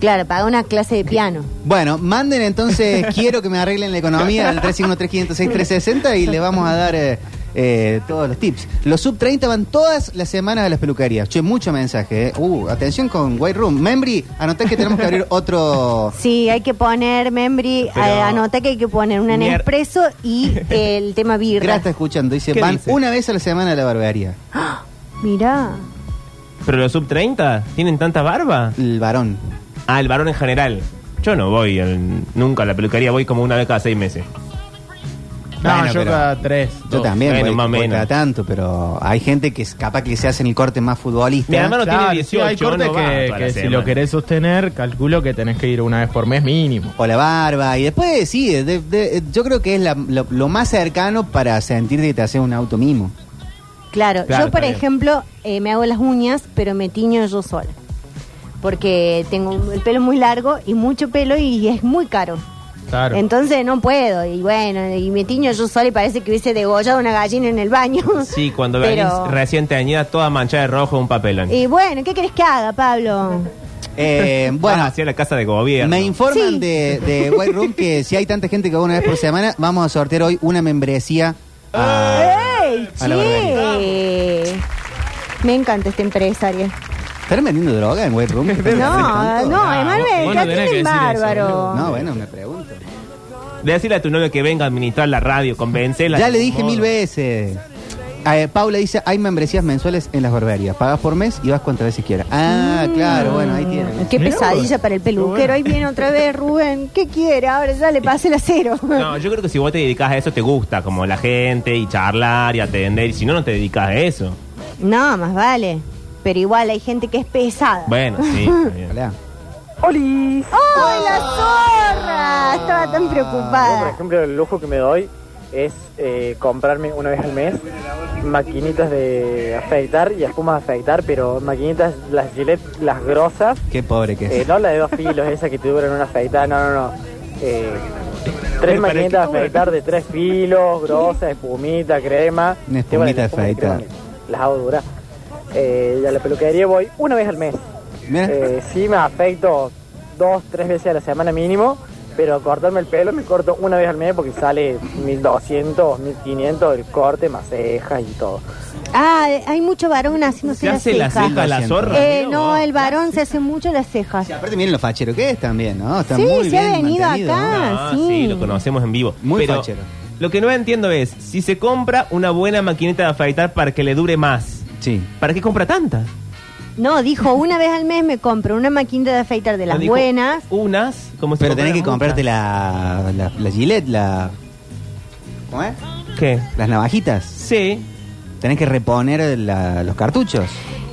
[SPEAKER 3] Claro, paga una clase de piano.
[SPEAKER 2] e-
[SPEAKER 1] Bueno, manden entonces, (laughs) quiero que me arreglen la economía al 351-306-360 y le vamos a dar eh, eh, todos los tips. Los sub 30 van todas las semanas a las peluquerías. Che, mucho mensaje. eh. Uh, atención con White Room. Membri, anotá que tenemos que abrir otro...
[SPEAKER 3] Sí, hay que poner, Membri,
[SPEAKER 2] Pero-
[SPEAKER 3] eh, anota que hay que poner una
[SPEAKER 2] Mier-
[SPEAKER 3] Nespresso
[SPEAKER 2] (laughs)
[SPEAKER 3] y el tema
[SPEAKER 1] Gra
[SPEAKER 3] birra.
[SPEAKER 1] está escuchando, dice,
[SPEAKER 2] ¿Qué
[SPEAKER 1] van
[SPEAKER 2] dice?
[SPEAKER 1] una vez a la semana a la barbería.
[SPEAKER 3] Mirá.
[SPEAKER 2] ¿Pero los sub 30 tienen tanta barba?
[SPEAKER 1] El varón.
[SPEAKER 2] Ah, el varón en general. Yo no voy al- nunca a la peluquería, voy como una vez cada seis meses.
[SPEAKER 4] No,
[SPEAKER 1] Bueno,
[SPEAKER 4] yo
[SPEAKER 1] pero-
[SPEAKER 4] cada tres.
[SPEAKER 1] Yo
[SPEAKER 4] dos.
[SPEAKER 1] también,
[SPEAKER 2] bueno,
[SPEAKER 1] voy-
[SPEAKER 2] más o
[SPEAKER 1] voy
[SPEAKER 2] menos.
[SPEAKER 1] cada tanto, pero hay gente que es capaz que se hacen el corte más futbolista.
[SPEAKER 2] Mi hermano tiene
[SPEAKER 4] sí, hay
[SPEAKER 2] 18,
[SPEAKER 4] cortes
[SPEAKER 2] no va
[SPEAKER 4] que,
[SPEAKER 2] toda la
[SPEAKER 4] que si
[SPEAKER 2] semana.
[SPEAKER 4] lo querés sostener, calculo que tenés que ir una vez por mes mínimo.
[SPEAKER 1] O la barba. Y después, sí, de- de- yo creo que es la- lo, lo más cercano para sentir que te hace un auto mimo.
[SPEAKER 2] Claro,
[SPEAKER 3] Claro, yo por
[SPEAKER 2] está bien.
[SPEAKER 3] ejemplo eh, me hago las uñas, pero me tiño yo sola. Porque tengo un- el pelo muy largo y mucho pelo y es muy caro.
[SPEAKER 4] Claro.
[SPEAKER 3] Entonces no puedo. Y bueno, y me tiño yo sola y parece que hubiese degollado una gallina en el baño.
[SPEAKER 2] Sí,
[SPEAKER 3] (laughs)
[SPEAKER 2] cuando
[SPEAKER 3] Pero-
[SPEAKER 2] venís recién teñida, toda manchada de rojo, un papelón.
[SPEAKER 3] Y bueno, ¿qué crees que haga, Pablo?
[SPEAKER 2] (laughs)
[SPEAKER 1] Eh,
[SPEAKER 2] Bueno,
[SPEAKER 1] bueno,
[SPEAKER 2] hacia la casa de gobierno.
[SPEAKER 1] me informan
[SPEAKER 3] Sí.
[SPEAKER 1] de, de White Room que si hay tanta gente que va una vez por semana, vamos a sortear hoy una membresía. Ah, a-
[SPEAKER 4] Ah,
[SPEAKER 3] ¡Ey,
[SPEAKER 1] A la
[SPEAKER 3] che! Me encanta esta empresaria.
[SPEAKER 1] ¿Están vendiendo droga en White Room?
[SPEAKER 3] (laughs) No,
[SPEAKER 1] ¿Están
[SPEAKER 3] no,
[SPEAKER 1] tanto?
[SPEAKER 4] Ah,
[SPEAKER 3] Emanuel,
[SPEAKER 4] vos
[SPEAKER 3] la
[SPEAKER 4] no tenés que
[SPEAKER 3] tienen
[SPEAKER 4] decir eso,
[SPEAKER 3] bárbaro.
[SPEAKER 1] No, bueno, me pregunto.
[SPEAKER 2] De decirle a tu novio que venga a administrar la radio, convencela.
[SPEAKER 1] Ya le dije mil veces. Eh, Paula dice, hay membresías mensuales en las barberías. Pagas por mes y vas cuantas veces quieras. Ah,
[SPEAKER 3] Mm.
[SPEAKER 1] claro, bueno, ahí tienen.
[SPEAKER 3] Qué
[SPEAKER 4] Mirá vos.
[SPEAKER 3] pesadilla para el peluquero. Ahí viene otra vez Rubén. ¿Qué quiere? Ahora ya le pasé la cero.
[SPEAKER 2] No, yo creo que si vos te dedicas a eso, te gusta, como la gente, y charlar, y atender. Y si no, no te dedicas a eso.
[SPEAKER 3] No, más vale. Pero igual hay gente que es pesada.
[SPEAKER 2] Bueno, sí. está bien.
[SPEAKER 1] Hola.
[SPEAKER 7] ¡Oli!
[SPEAKER 3] ¡Ay, la zorra! Estaba tan
[SPEAKER 7] Yo, por
[SPEAKER 3] preocupada.
[SPEAKER 7] ejemplo, el lujo que me doy es eh, comprarme una vez al mes maquinitas de afeitar y espumas de afeitar, pero maquinitas, las Gillette, las grosas,
[SPEAKER 1] Qué pobre que es.
[SPEAKER 7] eh, no las de dos filos, esas que te duran una afeitada, no, no, no. Eh, tres
[SPEAKER 2] Pero para qué
[SPEAKER 7] maquinitas de
[SPEAKER 2] cobran.
[SPEAKER 7] afeitar de tres filos, grosas, espumita, crema.
[SPEAKER 1] Una
[SPEAKER 7] Sí, bueno,
[SPEAKER 1] espumita de
[SPEAKER 7] las espumas de
[SPEAKER 1] afeitar.
[SPEAKER 7] crema Las hago durar. Eh, y a la peluquería voy una vez al mes.
[SPEAKER 1] Mira.
[SPEAKER 7] Eh, sí, me afecto dos, tres veces a la semana mínimo, pero cortarme el pelo me corto una vez al mes porque sale 1200, 1500 el corte, más cejas y todo.
[SPEAKER 3] Ah, hay mucho varón haciéndose
[SPEAKER 2] ¿Se
[SPEAKER 3] las
[SPEAKER 2] hace la
[SPEAKER 3] cejas.
[SPEAKER 2] ceja a la
[SPEAKER 1] Haciendo.
[SPEAKER 2] zorra?
[SPEAKER 3] Eh,
[SPEAKER 2] Mira
[SPEAKER 3] no,
[SPEAKER 2] vos.
[SPEAKER 3] el varón se hace mucho las cejas.
[SPEAKER 1] Y aparte miren lo fachero que es también, ¿no? Está
[SPEAKER 3] Sí,
[SPEAKER 1] muy
[SPEAKER 3] se ha
[SPEAKER 1] bien
[SPEAKER 3] venido
[SPEAKER 1] mantenido,
[SPEAKER 3] acá.
[SPEAKER 1] ¿no?
[SPEAKER 2] Ah,
[SPEAKER 3] Ah, sí.
[SPEAKER 2] sí. lo conocemos en vivo.
[SPEAKER 1] Muy
[SPEAKER 2] Pero
[SPEAKER 1] fachero.
[SPEAKER 2] Lo que no entiendo es, si se compra una buena maquinita de afeitar para que le dure más,
[SPEAKER 1] Sí.
[SPEAKER 2] ¿para qué compra tanta?
[SPEAKER 3] No, dijo, una vez al mes me compro una maquinita de afeitar de las
[SPEAKER 2] Dijo,
[SPEAKER 3] buenas.
[SPEAKER 2] Unas, como si
[SPEAKER 1] Pero tenés
[SPEAKER 2] compraras
[SPEAKER 1] que comprarte
[SPEAKER 2] Pues muchas.
[SPEAKER 1] la, la, la Gillette, la... ¿Cómo es?
[SPEAKER 2] ¿Qué?
[SPEAKER 1] Las navajitas.
[SPEAKER 2] Sí.
[SPEAKER 1] Tenés que reponer la- los cartuchos.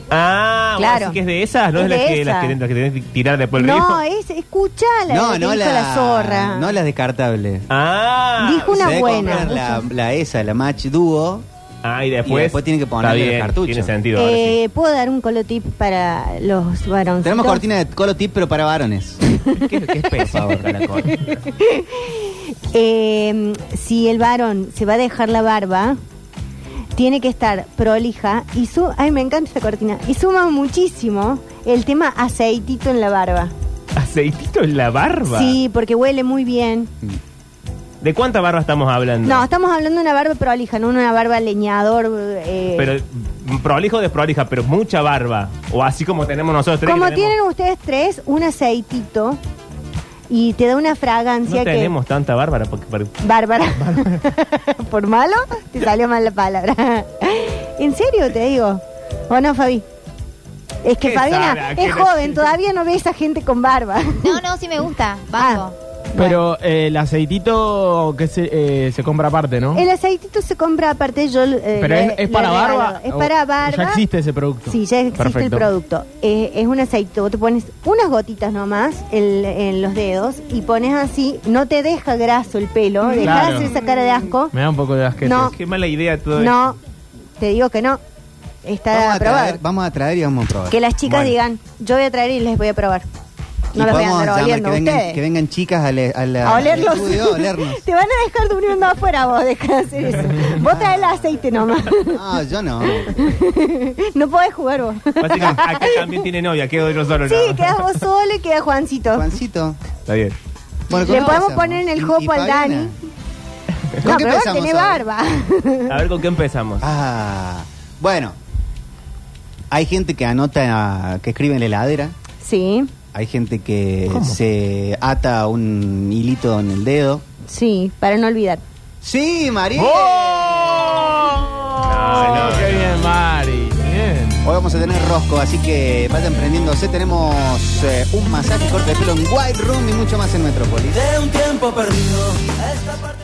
[SPEAKER 2] Ah,
[SPEAKER 3] Claro.
[SPEAKER 2] así que es de esas, ¿no?
[SPEAKER 3] Es
[SPEAKER 2] Es, la
[SPEAKER 3] de
[SPEAKER 2] que, las
[SPEAKER 3] esas.
[SPEAKER 2] que las que tenés que tirar después del
[SPEAKER 3] No, eh,
[SPEAKER 2] río.
[SPEAKER 3] es, escucha la, que dijo la, zorra.
[SPEAKER 1] No las descartables.
[SPEAKER 2] (laughs) Ah.
[SPEAKER 3] Dijo una
[SPEAKER 1] Se debe
[SPEAKER 3] buena.
[SPEAKER 1] comprar La, la esa, la match dúo.
[SPEAKER 2] Ah, y después.
[SPEAKER 1] Y después tienen que ponerle
[SPEAKER 2] Está
[SPEAKER 1] los
[SPEAKER 2] bien,
[SPEAKER 1] cartuchos.
[SPEAKER 2] Tiene sentido. ahora sí.
[SPEAKER 3] Eh, ¿Puedo dar un colotip para los varones?
[SPEAKER 1] Tenemos cortina de colotip, pero para
[SPEAKER 3] (laughs)
[SPEAKER 1] varones.
[SPEAKER 2] ¿Qué, qué específica la cosa.
[SPEAKER 3] Eh, si el varón se va a dejar la barba, tiene que estar prolija y su ay me encanta esta cortina y suma muchísimo el tema aceitito en la barba.
[SPEAKER 2] ¿Aceitito en la barba?
[SPEAKER 3] Sí, porque huele muy bien.
[SPEAKER 2] ¿De cuánta barba estamos hablando?
[SPEAKER 3] No, estamos hablando de una barba prolija, no una barba leñador. eh,
[SPEAKER 2] Pero mm, prolijo o desprolija, pero mucha barba. O así como tenemos nosotros tres. que
[SPEAKER 3] como
[SPEAKER 2] tenemos-
[SPEAKER 3] tienen ustedes tres, un aceitito y te da una fragancia
[SPEAKER 2] No
[SPEAKER 3] que
[SPEAKER 2] tenemos tanta bárbara porque, porque-
[SPEAKER 3] Bárbara. (laughs) Por malo, te salió mal la palabra. en serio, te digo. ¿O no, Fabi? Es que
[SPEAKER 2] ¿Qué
[SPEAKER 3] Fabiana
[SPEAKER 2] Sara? ¿Qué
[SPEAKER 3] es joven, todavía no ve esa gente con barba.
[SPEAKER 5] No, no, sí me gusta.
[SPEAKER 2] Ah.
[SPEAKER 5] Banco.
[SPEAKER 4] Pero eh, el aceitito que se, eh, se compra aparte, ¿no?
[SPEAKER 3] El aceitito se compra aparte, yo... eh,
[SPEAKER 4] Pero
[SPEAKER 3] lo
[SPEAKER 4] es,
[SPEAKER 3] he-
[SPEAKER 4] es
[SPEAKER 3] lo
[SPEAKER 4] para
[SPEAKER 3] he
[SPEAKER 4] barba.
[SPEAKER 3] regalado. Es
[SPEAKER 4] o-
[SPEAKER 3] para
[SPEAKER 4] o
[SPEAKER 3] barba.
[SPEAKER 4] Ya existe ese producto.
[SPEAKER 3] Sí, ya existe el
[SPEAKER 4] Perfecto.
[SPEAKER 3] producto. Eh, es un aceitito. Vos te pones unas gotitas nomás en, en los dedos y pones así. No te deja graso el pelo. Dejás
[SPEAKER 4] Claro.
[SPEAKER 3] esa cara de asco.
[SPEAKER 4] Me da un poco de asquete.
[SPEAKER 3] No.
[SPEAKER 2] Qué mala idea todo esto.
[SPEAKER 3] No, te digo que no. Está
[SPEAKER 1] Vamos a,
[SPEAKER 3] aprobado.
[SPEAKER 1] traer, vamos a traer y vamos a probar.
[SPEAKER 3] Que las chicas
[SPEAKER 2] Bueno.
[SPEAKER 3] digan, yo voy a traer y les voy a probar. No
[SPEAKER 1] Y
[SPEAKER 3] los voy a
[SPEAKER 1] podemos
[SPEAKER 3] andar
[SPEAKER 1] llamar
[SPEAKER 3] oliendo
[SPEAKER 1] que,
[SPEAKER 3] a
[SPEAKER 1] vengan,
[SPEAKER 3] ustedes.
[SPEAKER 1] que vengan chicas a, le- a la,
[SPEAKER 3] a olerlos.
[SPEAKER 1] al estudio a
[SPEAKER 3] (laughs)
[SPEAKER 1] olernos.
[SPEAKER 3] Te van a dejar durmiendo afuera vos, deja de hacer eso. Vos traes el aceite nomás. (laughs)
[SPEAKER 1] No, yo no.
[SPEAKER 3] no podés jugar vos.
[SPEAKER 2] Básicamente, acá también tiene novia, quedo yo solo.
[SPEAKER 3] Sí,
[SPEAKER 2] nada.
[SPEAKER 3] quedás vos solo y queda Juancito.
[SPEAKER 1] Juancito.
[SPEAKER 2] Está bien.
[SPEAKER 1] Bueno, ¿con
[SPEAKER 3] Le
[SPEAKER 1] qué
[SPEAKER 3] podemos
[SPEAKER 1] empezamos?
[SPEAKER 3] poner en el
[SPEAKER 1] ¿Y-
[SPEAKER 3] jopo
[SPEAKER 1] y
[SPEAKER 3] al
[SPEAKER 1] Fabiana?
[SPEAKER 3] Dani.
[SPEAKER 1] ¿Con
[SPEAKER 3] No,
[SPEAKER 1] qué
[SPEAKER 3] pero vos
[SPEAKER 1] empezamos
[SPEAKER 3] tenés
[SPEAKER 1] ahora?
[SPEAKER 3] barba. (laughs)
[SPEAKER 2] A ver con qué empezamos.
[SPEAKER 1] Ah, bueno. Hay gente que anota, que escribe en la heladera.
[SPEAKER 3] sí,
[SPEAKER 1] Hay gente que se ata un hilito en el dedo.
[SPEAKER 3] sí, para no olvidar.
[SPEAKER 1] Sí, María.
[SPEAKER 2] No, no,
[SPEAKER 4] Oh, ¡Qué
[SPEAKER 2] no.
[SPEAKER 4] bien, Mari! Bien.
[SPEAKER 1] Hoy vamos a tener rosco, así que vayan prendiéndose. Tenemos eh, un masaje corte de pelo en White Room y mucho más en Metrópolis.
[SPEAKER 8] De un tiempo perdido.